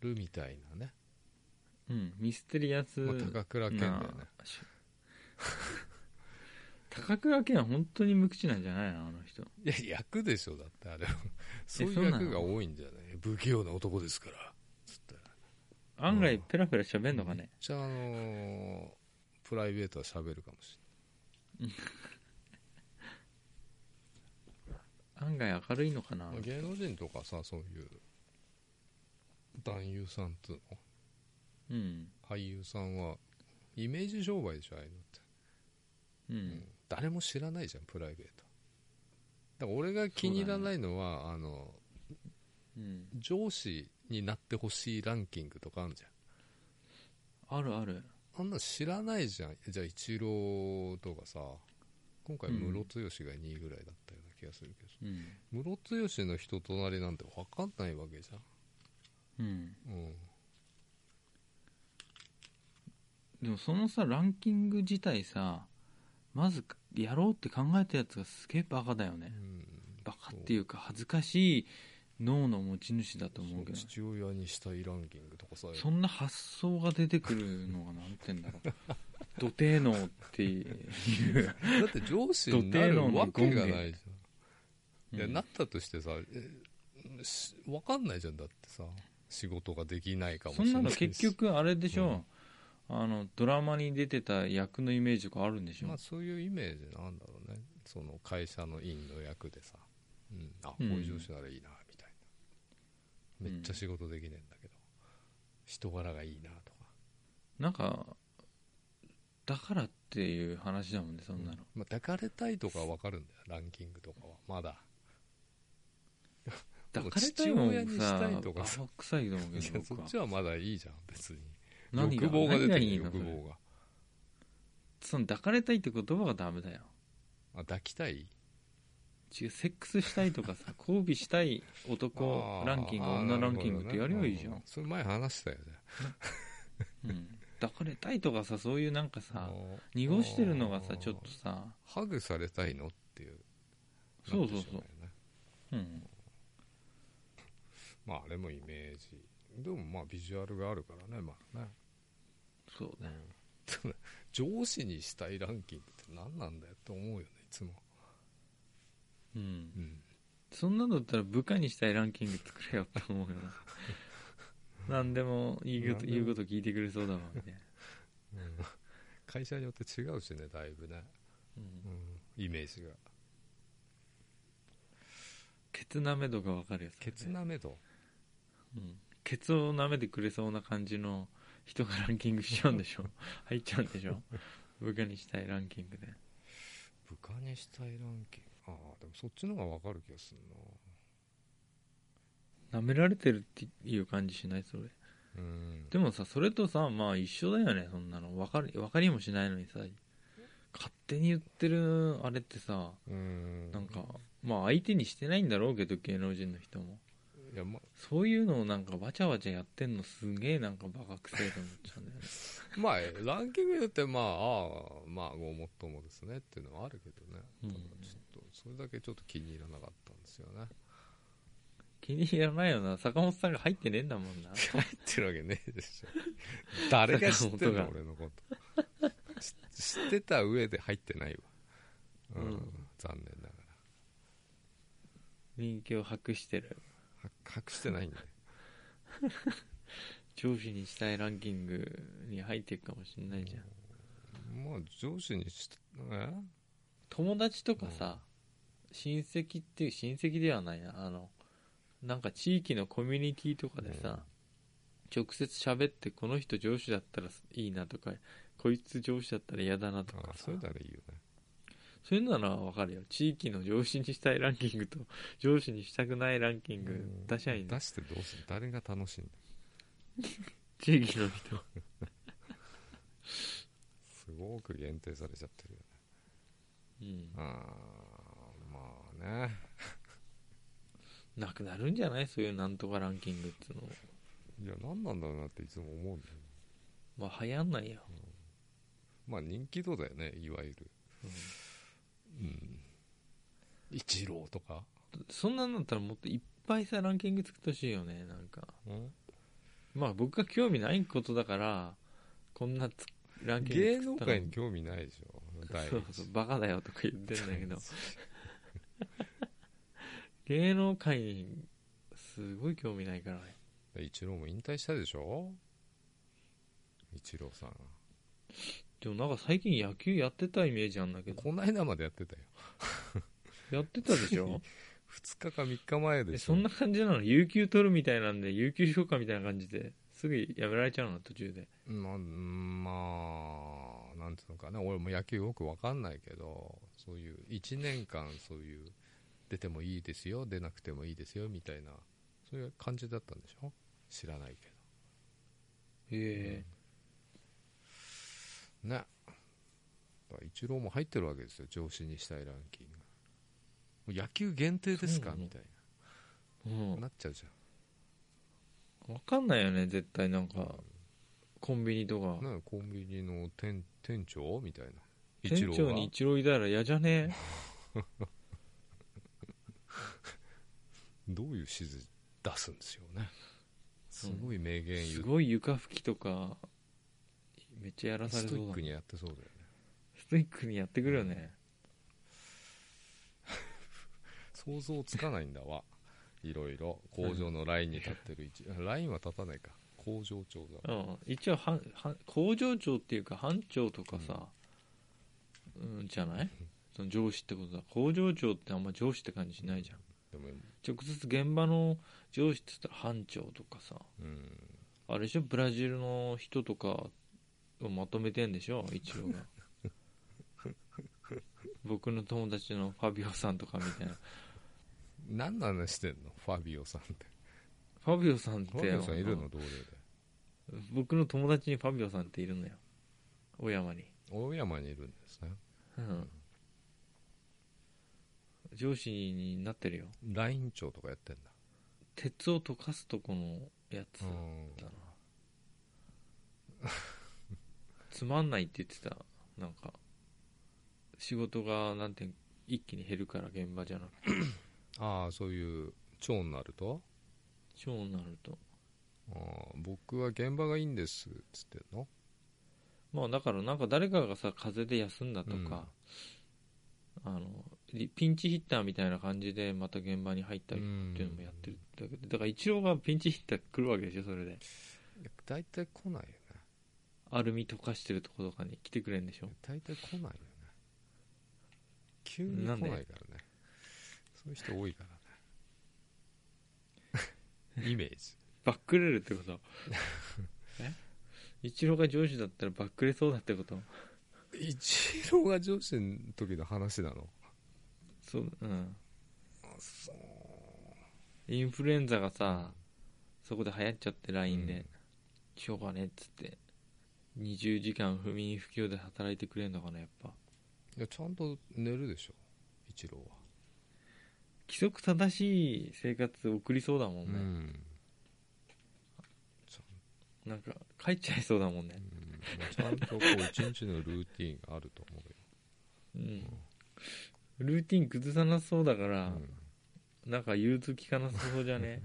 [SPEAKER 1] るみたいなね、
[SPEAKER 2] うん、ミステリアス
[SPEAKER 1] まあ、
[SPEAKER 2] な
[SPEAKER 1] 高
[SPEAKER 2] [laughs]
[SPEAKER 1] 倉健だよね
[SPEAKER 2] し高倉健は本当に無口なんじゃないのあの人
[SPEAKER 1] いや役でしょだってあれはそうい
[SPEAKER 2] そう
[SPEAKER 1] う
[SPEAKER 2] なの
[SPEAKER 1] 役が多いんじゃない不器用な男ですからつって
[SPEAKER 2] 案外ペラペラ喋んのかね、
[SPEAKER 1] じゃああのープライベートは喋るかもし
[SPEAKER 2] 案外明るいのかな
[SPEAKER 1] れない、芸能人とかさそういう男優さんっつうの
[SPEAKER 2] うん
[SPEAKER 1] 俳優さんはイメージ商売でしょああいうのって、
[SPEAKER 2] う
[SPEAKER 1] うんん誰も知らないじゃんプライベートだから俺が気に入らないのは、あの
[SPEAKER 2] うん
[SPEAKER 1] 上司になってほしいランキングとかあるじゃん
[SPEAKER 2] あるある
[SPEAKER 1] あんなの知らないじゃんじゃあイチローとかさ今回
[SPEAKER 2] うん
[SPEAKER 1] ムロツヨシが2位ぐらいだったような気がするけど
[SPEAKER 2] うん
[SPEAKER 1] ムロツヨシの人となりなんて分かんないわけじゃん
[SPEAKER 2] うん
[SPEAKER 1] うん
[SPEAKER 2] でもそのさランキング自体さまずやろうって考えたやつがすげえバカだよね
[SPEAKER 1] うん
[SPEAKER 2] バカっていうか恥ずかしい脳の持ち主だと思うけど
[SPEAKER 1] そう父親にしたいランキングとかさ
[SPEAKER 2] そんな発想が出てくるのがなんて言うんだろう
[SPEAKER 1] [laughs]
[SPEAKER 2] 土手脳っていう、
[SPEAKER 1] だって上司になるわけがないじゃん。いや、
[SPEAKER 2] うん
[SPEAKER 1] なったとしてさ、えしわかんないじゃん、だってさ、仕事ができないかもし
[SPEAKER 2] そ
[SPEAKER 1] れ
[SPEAKER 2] ん
[SPEAKER 1] な
[SPEAKER 2] ないの
[SPEAKER 1] し
[SPEAKER 2] 結、局あれでしょ、あのドラマに出てた役のイメージとかあるんでしょ、
[SPEAKER 1] まあそういうイメージなんだろうね。その会社の員の役でさ、うん、あ、こう
[SPEAKER 2] うん
[SPEAKER 1] いう上司ならいいな、みたいな。めっちゃ仕事できねえんだけど、人柄がいいな、とか。
[SPEAKER 2] なんかだからっていう話だもんねそんなの、
[SPEAKER 1] まあ、抱かれたいとかはわかるんだよ、ランキングとかは。まだ。
[SPEAKER 2] 抱かれたいも
[SPEAKER 1] 父親にし
[SPEAKER 2] ん
[SPEAKER 1] た
[SPEAKER 2] さ
[SPEAKER 1] いとかさ
[SPEAKER 2] 青臭いと思う
[SPEAKER 1] い
[SPEAKER 2] け
[SPEAKER 1] や
[SPEAKER 2] ど、
[SPEAKER 1] そ
[SPEAKER 2] 僕は
[SPEAKER 1] っちはまだいいじゃん、別に。
[SPEAKER 2] 何が
[SPEAKER 1] 欲望が出てる、欲
[SPEAKER 2] 何いいのそれ
[SPEAKER 1] 望が。
[SPEAKER 2] その抱かれたいって言葉がダメだよ
[SPEAKER 1] あ抱きたい
[SPEAKER 2] 違うセックスしたいと
[SPEAKER 1] [laughs]
[SPEAKER 2] かさ交尾したい男
[SPEAKER 1] あー
[SPEAKER 2] ランキング
[SPEAKER 1] あー
[SPEAKER 2] 女ランキングってやりゃいいじゃん、
[SPEAKER 1] なるほどねそれ前話したよね
[SPEAKER 2] うん、抱かれたいとかさそういうなんか
[SPEAKER 1] あ
[SPEAKER 2] さ
[SPEAKER 1] の
[SPEAKER 2] 濁してるのがさ
[SPEAKER 1] あー
[SPEAKER 2] ちょっとさ、
[SPEAKER 1] ハグされたいのっていう
[SPEAKER 2] そうそうそう
[SPEAKER 1] なってしまよね
[SPEAKER 2] うん、
[SPEAKER 1] まああれもイメージでもまあビジュアルがあるからねまあね、
[SPEAKER 2] そうだよ
[SPEAKER 1] うん、上司にしたいランキングって何なんだよと思うよねいつも、
[SPEAKER 2] うん
[SPEAKER 1] うん、
[SPEAKER 2] そんなのだったら部下にしたいランキング作れよって思
[SPEAKER 1] [laughs]
[SPEAKER 2] うよな何でも言うこ
[SPEAKER 1] 何で
[SPEAKER 2] と
[SPEAKER 1] も
[SPEAKER 2] 言うこと聞いてくれそうだわみたいな、
[SPEAKER 1] [laughs] 会社によって違うしねだいぶね、
[SPEAKER 2] うん
[SPEAKER 1] うん、イメージが
[SPEAKER 2] ケツ舐めとかわかるやつ、
[SPEAKER 1] ケツなめと
[SPEAKER 2] うん、ケツを舐めてくれそうな感じの人がランキングしちゃうんでしょ入っちゃうんでしょ部下にしたいランキングで
[SPEAKER 1] 部下にしたいランキングああでもそっちの方が分かる気がするな
[SPEAKER 2] 舐められてるっていう感じしないそれ
[SPEAKER 1] うん
[SPEAKER 2] でもさそれとさまあ一緒だよねそんなの分かる分かりもしないのにさ勝手に言ってるあれってさ
[SPEAKER 1] うん
[SPEAKER 2] なんかまあ相手にしてないんだろうけど芸能人の人も
[SPEAKER 1] いやま
[SPEAKER 2] そういうのをなんかわちゃわちゃやってんのすげえなんかバカくせえと思っちゃうんだよね
[SPEAKER 1] まあランキングだってまあああまあごもっともですねっていうのはあるけどね、
[SPEAKER 2] うん
[SPEAKER 1] ただちょっとそれだけちょっと気に入らなかったんですよね
[SPEAKER 2] 気に入らないよな坂本さんが入ってねえんだもんな
[SPEAKER 1] 入ってるわけねえでしょ誰が知ってん
[SPEAKER 2] 坂
[SPEAKER 1] の
[SPEAKER 2] 本が
[SPEAKER 1] 俺のこと [laughs] し知ってた上で入ってないわうん、
[SPEAKER 2] うん
[SPEAKER 1] 残念ながら
[SPEAKER 2] 人気を博してる
[SPEAKER 1] は隠してないんで
[SPEAKER 2] 上司にしたいランキングに入っていくかもしんないじゃん
[SPEAKER 1] まあ上司にしえ
[SPEAKER 2] 友達とかさ、親戚っていう親戚ではないなあのなんか地域のコミュニティとかでさ、直接喋ってこの人上司だったらいいなとかこいつ上司だったら嫌だなと
[SPEAKER 1] あ
[SPEAKER 2] か
[SPEAKER 1] あ
[SPEAKER 2] さ
[SPEAKER 1] それならいいよね
[SPEAKER 2] そういうのならわかるよ地域の上司にしたいランキングと [laughs] 上司にしたくないランキング
[SPEAKER 1] うん
[SPEAKER 2] 出しゃいいんだ
[SPEAKER 1] 出してどうする誰が楽しいんだ
[SPEAKER 2] 地域の人
[SPEAKER 1] すごく限定されちゃってるよね
[SPEAKER 2] うん
[SPEAKER 1] ああまあね
[SPEAKER 2] なくなるんじゃないそういうなんとかランキングっていうの
[SPEAKER 1] いや何なんだろうなっていつも思うんだよね
[SPEAKER 2] まあ流行んないよ、
[SPEAKER 1] まあ人気度だよねいわゆる
[SPEAKER 2] うん
[SPEAKER 1] うん一郎とか
[SPEAKER 2] そんなんだったらもっといっぱいさランキング作ってほしいよねなんか
[SPEAKER 1] うん
[SPEAKER 2] まあ僕が興味ないことだからこんなつランキング
[SPEAKER 1] 芸
[SPEAKER 2] 作
[SPEAKER 1] 能
[SPEAKER 2] ったの
[SPEAKER 1] 界に興味ないでしょ第一
[SPEAKER 2] そうそうバカだよとか言ってんだけど芸能界にすごい興味ないからね
[SPEAKER 1] 一郎も引退したでしょ一郎さん
[SPEAKER 2] でもなんか最近野球やってたイメージあんだけど
[SPEAKER 1] こないだまでやってたよ
[SPEAKER 2] やってたでし
[SPEAKER 1] [laughs]
[SPEAKER 2] ょ
[SPEAKER 1] 2日か3日前で
[SPEAKER 2] え
[SPEAKER 1] しょ
[SPEAKER 2] そんな感じなの有給取るみたいなんで有給消化みたいな感じですぐやめられちゃうの途中で
[SPEAKER 1] まあうんまあなんていうのかね俺も野球よく分かんないけどそういう1年間そういう出てもいいですよ出なくてもいいですよみたいなそういう感じだったんでしょ知らないけ
[SPEAKER 2] え
[SPEAKER 1] どねイチローも入ってるわけですよ上司にしたいランキングもう野球限定ですか
[SPEAKER 2] そうなの
[SPEAKER 1] みたい
[SPEAKER 2] え
[SPEAKER 1] な
[SPEAKER 2] も
[SPEAKER 1] なっちゃうじゃ
[SPEAKER 2] うわかんないよね絶対なんかコンビニとか
[SPEAKER 1] ん、ね、コンビニの店店長みたいな
[SPEAKER 2] 店
[SPEAKER 1] イチロー
[SPEAKER 2] 長
[SPEAKER 1] が
[SPEAKER 2] に一郎いたら嫌じゃねえ
[SPEAKER 1] どういう指示出すんですよねすごい名言言
[SPEAKER 2] す
[SPEAKER 1] う
[SPEAKER 2] ごい床拭きとかめっちゃやらさ
[SPEAKER 1] ス
[SPEAKER 2] れ
[SPEAKER 1] トイ
[SPEAKER 2] そう
[SPEAKER 1] ッ
[SPEAKER 2] だ
[SPEAKER 1] クにやってそうだよね
[SPEAKER 2] ストイックにやってくるよね
[SPEAKER 1] 想像つかないんだわいろいろ工場のラインに立ってる位置あラインは立たないか工場長だ
[SPEAKER 2] うん、一応はは工場長っていうか班長とかさ、うんじゃないその上司ってことだ工場長ってあんま上司って感じしないじゃん
[SPEAKER 1] でも
[SPEAKER 2] 直接現場の上司って言ったら班長とかさ
[SPEAKER 1] うん
[SPEAKER 2] あれでしょブラジルの人とかをまとめてんでしょ一
[SPEAKER 1] [laughs]
[SPEAKER 2] 応が僕の友達のファビオさんとかみたいな
[SPEAKER 1] 何の話してんのファビオさんって
[SPEAKER 2] ファビオさんっ
[SPEAKER 1] ファビ
[SPEAKER 2] て
[SPEAKER 1] オさんいるの同僚で
[SPEAKER 2] 僕の友達にファビオさんっているのよ小山に、
[SPEAKER 1] 大山にいるんですね
[SPEAKER 2] うん、上司になってるよ
[SPEAKER 1] ライン長とかやってんだ
[SPEAKER 2] 鉄を溶かすとこのやつ
[SPEAKER 1] う
[SPEAKER 2] だな、
[SPEAKER 1] ん
[SPEAKER 2] つまんないって言ってたなんか仕事がなんて一気に減るから現場じゃなくて
[SPEAKER 1] ああそういう長になると
[SPEAKER 2] そうなると
[SPEAKER 1] ああ僕は現場がいいんですっつってんの
[SPEAKER 2] まあだからなんか誰かがさ風邪で休んだとか、あのリピンチヒッターみたいな感じでまた現場に入ったりっていうのもやってるんだけどだから一郎がピンチヒッター来るわけでしょそれで
[SPEAKER 1] いや大体来ないよね
[SPEAKER 2] アルミ溶かしてるとことかに来てくれるんでしょ
[SPEAKER 1] 大体来ないよね急に来ないからねそういう人多い
[SPEAKER 2] [laughs]
[SPEAKER 1] からねイメージ
[SPEAKER 2] バックれるっ
[SPEAKER 1] [laughs]
[SPEAKER 2] てことえ一郎が上司だったらバックれそうだってこと
[SPEAKER 1] イチローが上司の時の話なの
[SPEAKER 2] そううんインフルエンザがさそこで流行っちゃって LINE
[SPEAKER 1] う
[SPEAKER 2] で、
[SPEAKER 1] ん
[SPEAKER 2] しょうがねっつって20時間不眠不休で働いてくれんのかなやっぱ
[SPEAKER 1] いやちゃんと寝るでしょ一郎は、
[SPEAKER 2] 規則正しい生活送りそうだもん
[SPEAKER 1] う
[SPEAKER 2] ね、
[SPEAKER 1] ん
[SPEAKER 2] なんか帰っちゃいそうだもんね
[SPEAKER 1] うんまあちゃんとこう一日のルーティンがあると思うよ、
[SPEAKER 2] うんルーティン崩さなそうだか
[SPEAKER 1] う
[SPEAKER 2] ら、
[SPEAKER 1] ん
[SPEAKER 2] なんか融通きかなさそうじ
[SPEAKER 1] [laughs]
[SPEAKER 2] ゃね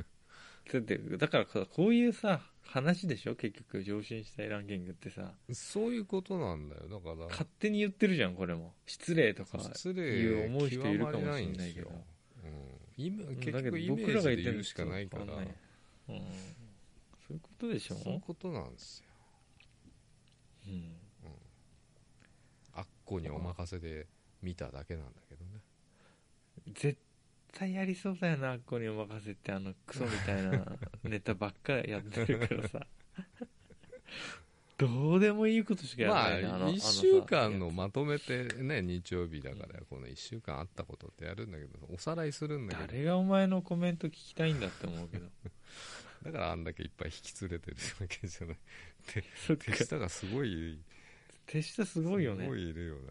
[SPEAKER 2] だってだからここういうさ話でしょ結局上申したいランキングってさ
[SPEAKER 1] そういうことなんだよだから
[SPEAKER 2] 勝手に言ってるじゃんこれも失礼とか
[SPEAKER 1] 失
[SPEAKER 2] いう
[SPEAKER 1] 礼
[SPEAKER 2] 思う人いるかもしれな
[SPEAKER 1] 極まりんで
[SPEAKER 2] いけど
[SPEAKER 1] すようん、今
[SPEAKER 2] うん
[SPEAKER 1] 結
[SPEAKER 2] だけど
[SPEAKER 1] 局イメ
[SPEAKER 2] 僕ら
[SPEAKER 1] ー
[SPEAKER 2] が
[SPEAKER 1] ジで
[SPEAKER 2] 言ってる
[SPEAKER 1] 言
[SPEAKER 2] の
[SPEAKER 1] うしかないから
[SPEAKER 2] ちょっとわかんないうんそういうことでしょ
[SPEAKER 1] そういうことなんですよ
[SPEAKER 2] うん
[SPEAKER 1] あっこにお任せで見ただけなんだけどね
[SPEAKER 2] 絶対やりそうだよなあっこにお任せってあのクソみたい
[SPEAKER 1] [laughs]
[SPEAKER 2] なネタばっかりやってるからさどうでもいいことしかやら
[SPEAKER 1] まあ
[SPEAKER 2] ないねの
[SPEAKER 1] 1
[SPEAKER 2] のさ
[SPEAKER 1] 週間のまとめてね日曜日だからこの1週間あったことってやるんだけどおさらいするんだけど
[SPEAKER 2] 誰がお前のコメント聞きたいんだって思う
[SPEAKER 1] [laughs]
[SPEAKER 2] けど
[SPEAKER 1] だからあんだけいっぱい引き連れてるわけじゃ
[SPEAKER 2] [laughs]
[SPEAKER 1] ない
[SPEAKER 2] そっか
[SPEAKER 1] 手下がすごい
[SPEAKER 2] 手下すごいよね
[SPEAKER 1] すごいいるよね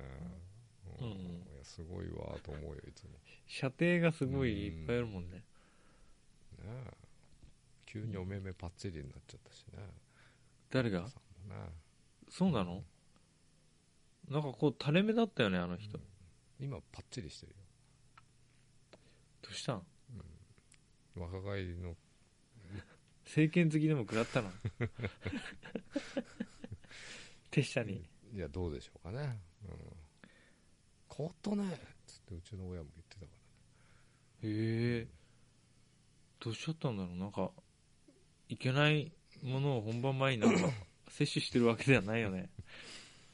[SPEAKER 2] うん
[SPEAKER 1] いやすごいわと思うよいつも
[SPEAKER 2] 射程がすごいいっぱいいるもんね
[SPEAKER 1] ねえ急にお目目パッチリになっちゃったしね
[SPEAKER 2] 誰が
[SPEAKER 1] さんもね
[SPEAKER 2] そうなのなんかこう垂れ目だったよねあの人、
[SPEAKER 1] 今パッチリしてる
[SPEAKER 2] どうしたん
[SPEAKER 1] よ若返りの
[SPEAKER 2] 政権好きでも食
[SPEAKER 1] [laughs]
[SPEAKER 2] らったの [laughs] 手下に
[SPEAKER 1] いやどうでしょうかねうん変わったねっつってうちの親も言ってたか
[SPEAKER 2] へえどうしちゃったんだろうなんかいけないものを本番前にな
[SPEAKER 1] [laughs]
[SPEAKER 2] んか摂取してるわけではないよね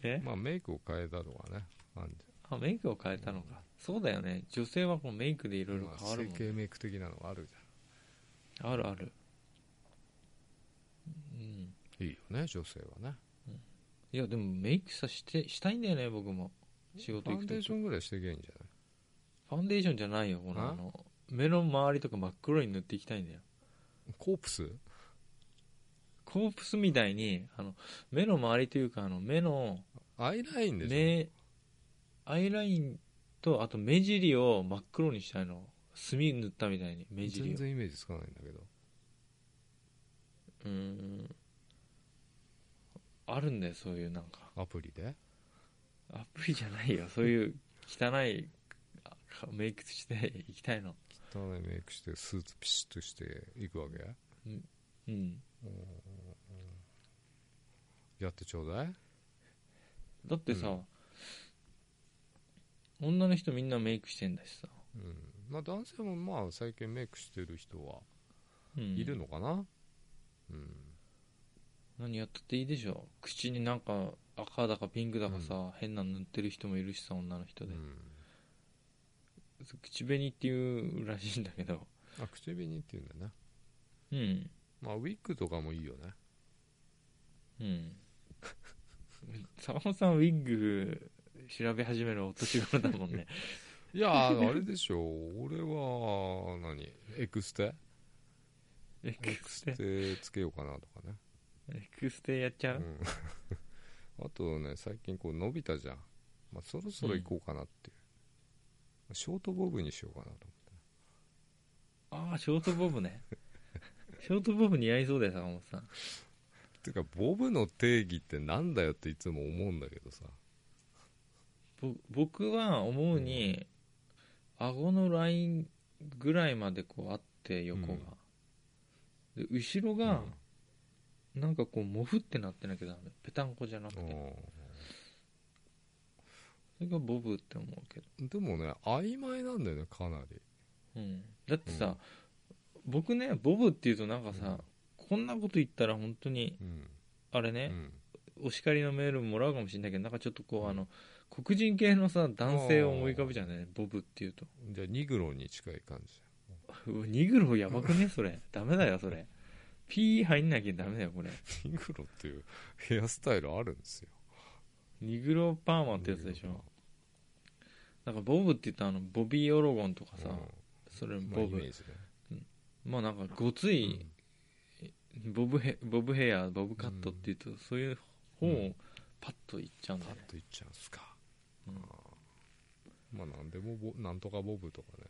[SPEAKER 2] え
[SPEAKER 1] らまあメイクを変えたのはねあんじ
[SPEAKER 2] あメイクを変えたのかそうだよね女性はこうメイクでい
[SPEAKER 1] ゃ
[SPEAKER 2] ろいろ変わる
[SPEAKER 1] 整
[SPEAKER 2] もんね、
[SPEAKER 1] 形メイク的なのはあるじ
[SPEAKER 2] あるあるうん
[SPEAKER 1] ゃんいいよね女性はね
[SPEAKER 2] いやでもメイクさしてしたいんだよね僕も仕
[SPEAKER 1] フ
[SPEAKER 2] 事行
[SPEAKER 1] ァン
[SPEAKER 2] く
[SPEAKER 1] デ
[SPEAKER 2] と
[SPEAKER 1] ー
[SPEAKER 2] き
[SPEAKER 1] ションぐらいしていけばいいんじゃない
[SPEAKER 2] ファンデーションじゃないよこの
[SPEAKER 1] あ
[SPEAKER 2] あの目の周りとか真っ黒に塗っていきたいんだよ
[SPEAKER 1] コープス
[SPEAKER 2] コープスみたいにあの目の周りというかあの目の
[SPEAKER 1] アイラインでしょ
[SPEAKER 2] 目アイラインとあと目尻を真っ黒にしたいの墨塗ったみたいに目尻
[SPEAKER 1] 全
[SPEAKER 2] を
[SPEAKER 1] 然イメージつかないんだけど
[SPEAKER 2] うーんあるんだよそういうなんか
[SPEAKER 1] アプリで
[SPEAKER 2] アプリじゃないよそういう汚いあメイクしていきたいの
[SPEAKER 1] 汚いメイクしてスーツピシッとしていくわけ
[SPEAKER 2] うん
[SPEAKER 1] やってちょうだい
[SPEAKER 2] だってさ、
[SPEAKER 1] う
[SPEAKER 2] 女の人みんなメイクしてんだしさ、
[SPEAKER 1] うんまあ男性もまあ最近メイクしてる人は
[SPEAKER 2] うん
[SPEAKER 1] いるのかなうん、
[SPEAKER 2] 何やったっていいでしょ口になんか赤だかピンクだかさ、変なの塗ってる人もいるしさ女の人
[SPEAKER 1] うん
[SPEAKER 2] で、口紅っていうらしいんだけど
[SPEAKER 1] あ口紅っていうんだね
[SPEAKER 2] うん
[SPEAKER 1] まあウィッグとかもいいよね
[SPEAKER 2] うん [laughs] 坂本さんウィッグ調べ始めるお年頃だもん [laughs] ね
[SPEAKER 1] い [laughs] やあのあれでしょ俺は何エクステ
[SPEAKER 2] エ
[SPEAKER 1] エ
[SPEAKER 2] ク
[SPEAKER 1] ク
[SPEAKER 2] ス
[SPEAKER 1] ス
[SPEAKER 2] テ
[SPEAKER 1] テつけようかなとかね、
[SPEAKER 2] エクステやっちゃう、
[SPEAKER 1] うん、あ [laughs] とね最近こう伸びたじゃん、まあ、そろそろ行こうかなっていう、ショートボブにしようかなと
[SPEAKER 2] ああショートボブね [laughs] ショートボブ似合いそうだよ坂本さん
[SPEAKER 1] ていうかボブの定義ってなんだよっていつも思うんだけどさ
[SPEAKER 2] ぼ僕は思うに、顎のラインぐらいまでこうあって横が、で後ろが、なんかこうモフってなってなきゃダメぺたんこじゃなくて、
[SPEAKER 1] う
[SPEAKER 2] それがボブって思うけど、
[SPEAKER 1] んでもね曖昧なんだよねかなり
[SPEAKER 2] うん、だってさ、僕ねボブっていうとなんかさ、こんなこと言ったら本当に
[SPEAKER 1] うん
[SPEAKER 2] あれ
[SPEAKER 1] う
[SPEAKER 2] ね、
[SPEAKER 1] ん
[SPEAKER 2] お叱りのメールもらうかもしれないけどなんかちょっとこう、あの黒人系のさ男性を思い浮かぶじゃないボブっていうと
[SPEAKER 1] じゃあニグロに近い感じ [laughs]
[SPEAKER 2] うわニグロやばくねそれダメだよそれピー入んなきゃダメだよこれ
[SPEAKER 1] ニグロっていうヘアスタイルあるんですよ
[SPEAKER 2] ニグロパーマってやつでしょなんかボブって言ったらあのボビー・オロゴンとかさ、
[SPEAKER 1] うん
[SPEAKER 2] それ
[SPEAKER 1] まあ
[SPEAKER 2] ボ
[SPEAKER 1] イメ
[SPEAKER 2] ブ
[SPEAKER 1] ージね
[SPEAKER 2] まあなんかごついボブヘボブヘアボブカットっていうと、そういう本をパッといっちゃうんだ
[SPEAKER 1] パ
[SPEAKER 2] よ
[SPEAKER 1] ッ
[SPEAKER 2] ね、
[SPEAKER 1] といっちゃうんすか
[SPEAKER 2] うん
[SPEAKER 1] まあ何でもボなんとかボブとかね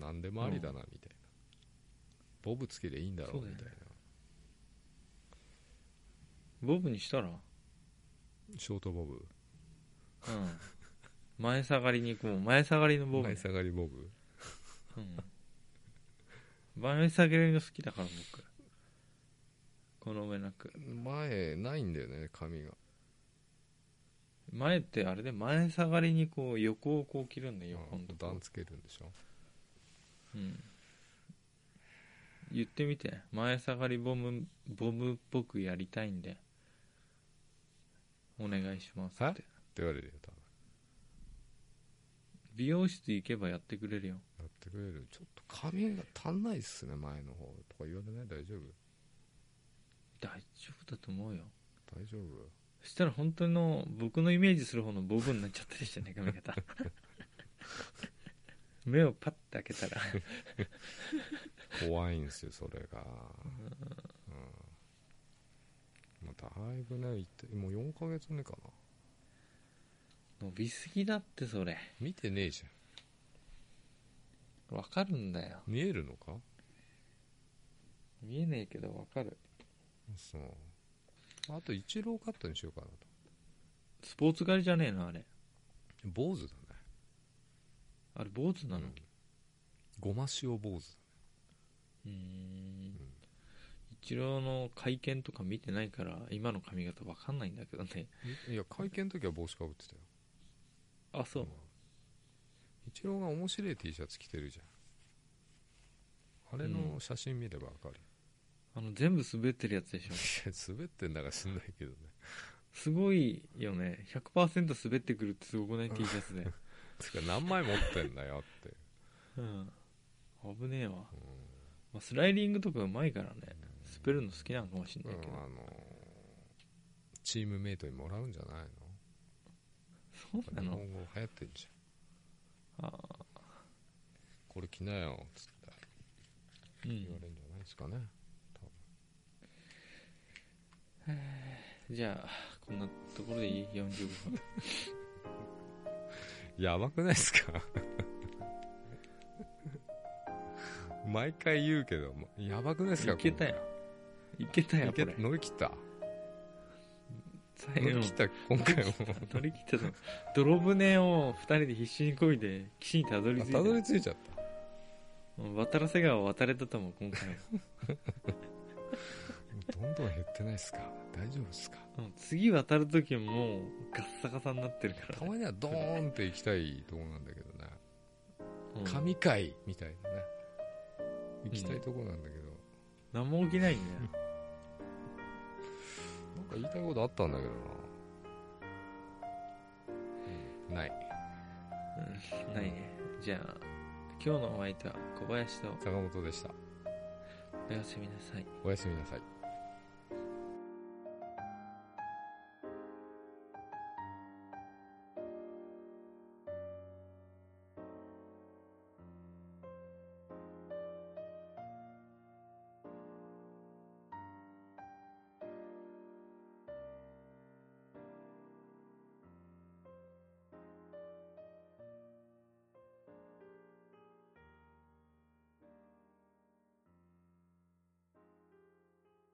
[SPEAKER 1] 何でもありだなみたいな、ボブつけりゃいいんだろ
[SPEAKER 2] そううだ
[SPEAKER 1] み
[SPEAKER 2] よね
[SPEAKER 1] たいな、
[SPEAKER 2] ボブにしたら、
[SPEAKER 1] ショートボブ
[SPEAKER 2] うん、前下がりに行くもん前下がりのボブ、
[SPEAKER 1] 前下がりボブ
[SPEAKER 2] うん、前下がりの好きだから僕この上なく
[SPEAKER 1] 前ないんだよね髪が
[SPEAKER 2] 前ってあれで前下がりにこう横をこう切るんだよ横のとこ
[SPEAKER 1] 段つけるんでしょ
[SPEAKER 2] うん、言ってみて前下がりボムボムっぽくやりたいんでお願いしますっ
[SPEAKER 1] は
[SPEAKER 2] て
[SPEAKER 1] って言われるよ多分
[SPEAKER 2] 美容室行けばやってくれるよ
[SPEAKER 1] やってくれるちょっと髪が足んないっすね前の方とか言われない大丈夫
[SPEAKER 2] 大丈夫だと思うよ
[SPEAKER 1] 大丈夫
[SPEAKER 2] そしたら本当の僕のイメージする方のボブになっちゃったりしてね髪 [laughs] 型目をパッて開けたら
[SPEAKER 1] 怖いんすよそれがうん、まあ、だいぶねいってもう4ヶ月目かな
[SPEAKER 2] 伸びすぎだってそれ
[SPEAKER 1] 見てねえじゃ
[SPEAKER 2] わかるんだよ
[SPEAKER 1] ん見えるのか
[SPEAKER 2] 見えねえけどわかる
[SPEAKER 1] そうあと一郎カットにしようかなと
[SPEAKER 2] スポーツ狩りじゃねえのあれ
[SPEAKER 1] 坊主だね
[SPEAKER 2] あれ坊主な
[SPEAKER 1] う
[SPEAKER 2] の、
[SPEAKER 1] んごま塩坊主
[SPEAKER 2] うーん一郎の会見とか見てないから今の髪型わかんないんだけどね
[SPEAKER 1] いや会見の時は帽子かぶってたよ
[SPEAKER 2] あそう、
[SPEAKER 1] 一郎が面白い T シャツ着てるじゃんあれの写真見ればわかる、
[SPEAKER 2] あの全部滑ってるやつでし
[SPEAKER 1] い
[SPEAKER 2] ょ
[SPEAKER 1] や滑ってんだか知んないけどね
[SPEAKER 2] すごいよね100%滑ってくるってすごくない T シャツで、
[SPEAKER 1] つうか何枚持ってんだよって
[SPEAKER 2] うん、危ねえわ、まあ、スライディングとかうまいからね滑るの好きなのかもしん
[SPEAKER 1] うん
[SPEAKER 2] な
[SPEAKER 1] あ
[SPEAKER 2] いけど、
[SPEAKER 1] のチームメイトにもらうんじゃない
[SPEAKER 2] そう
[SPEAKER 1] の
[SPEAKER 2] な
[SPEAKER 1] 日
[SPEAKER 2] の
[SPEAKER 1] 本語流行ってんじゃん
[SPEAKER 2] あ
[SPEAKER 1] これ着なよっつって
[SPEAKER 2] ーう
[SPEAKER 1] 言わ
[SPEAKER 2] ん
[SPEAKER 1] れるんじゃないですかね
[SPEAKER 2] じゃあこんなところでいい45分
[SPEAKER 1] やばくないです
[SPEAKER 2] [laughs]
[SPEAKER 1] か毎回言うけどもやばくないですか
[SPEAKER 2] いけたよいけた
[SPEAKER 1] 今
[SPEAKER 2] よ
[SPEAKER 1] 回い
[SPEAKER 2] これ
[SPEAKER 1] け乗り切った
[SPEAKER 2] 最
[SPEAKER 1] 乗り
[SPEAKER 2] 後
[SPEAKER 1] 切った今回
[SPEAKER 2] [laughs]
[SPEAKER 1] も
[SPEAKER 2] 乗り切ってたの泥船を2人で必死に漕いで岸にたどり着い
[SPEAKER 1] た
[SPEAKER 2] た
[SPEAKER 1] どり着いちゃっ
[SPEAKER 2] 渡らせ川を渡れたと思う今回は
[SPEAKER 1] たどんどん減ってないですか大丈夫ですか
[SPEAKER 2] うん次渡る時もうガッサガサになってるから
[SPEAKER 1] たまにはドーンって行きたいとこなんだけどね
[SPEAKER 2] うん
[SPEAKER 1] 神回みたいなね行きたいとこなんだけど、
[SPEAKER 2] 何も起きないんだよ
[SPEAKER 1] なんか言いたいことあったんだけどな、うんない
[SPEAKER 2] うんないねじゃあ今日のお相手は小林と
[SPEAKER 1] 坂本でした
[SPEAKER 2] おやすみなさい
[SPEAKER 1] おやすみなさい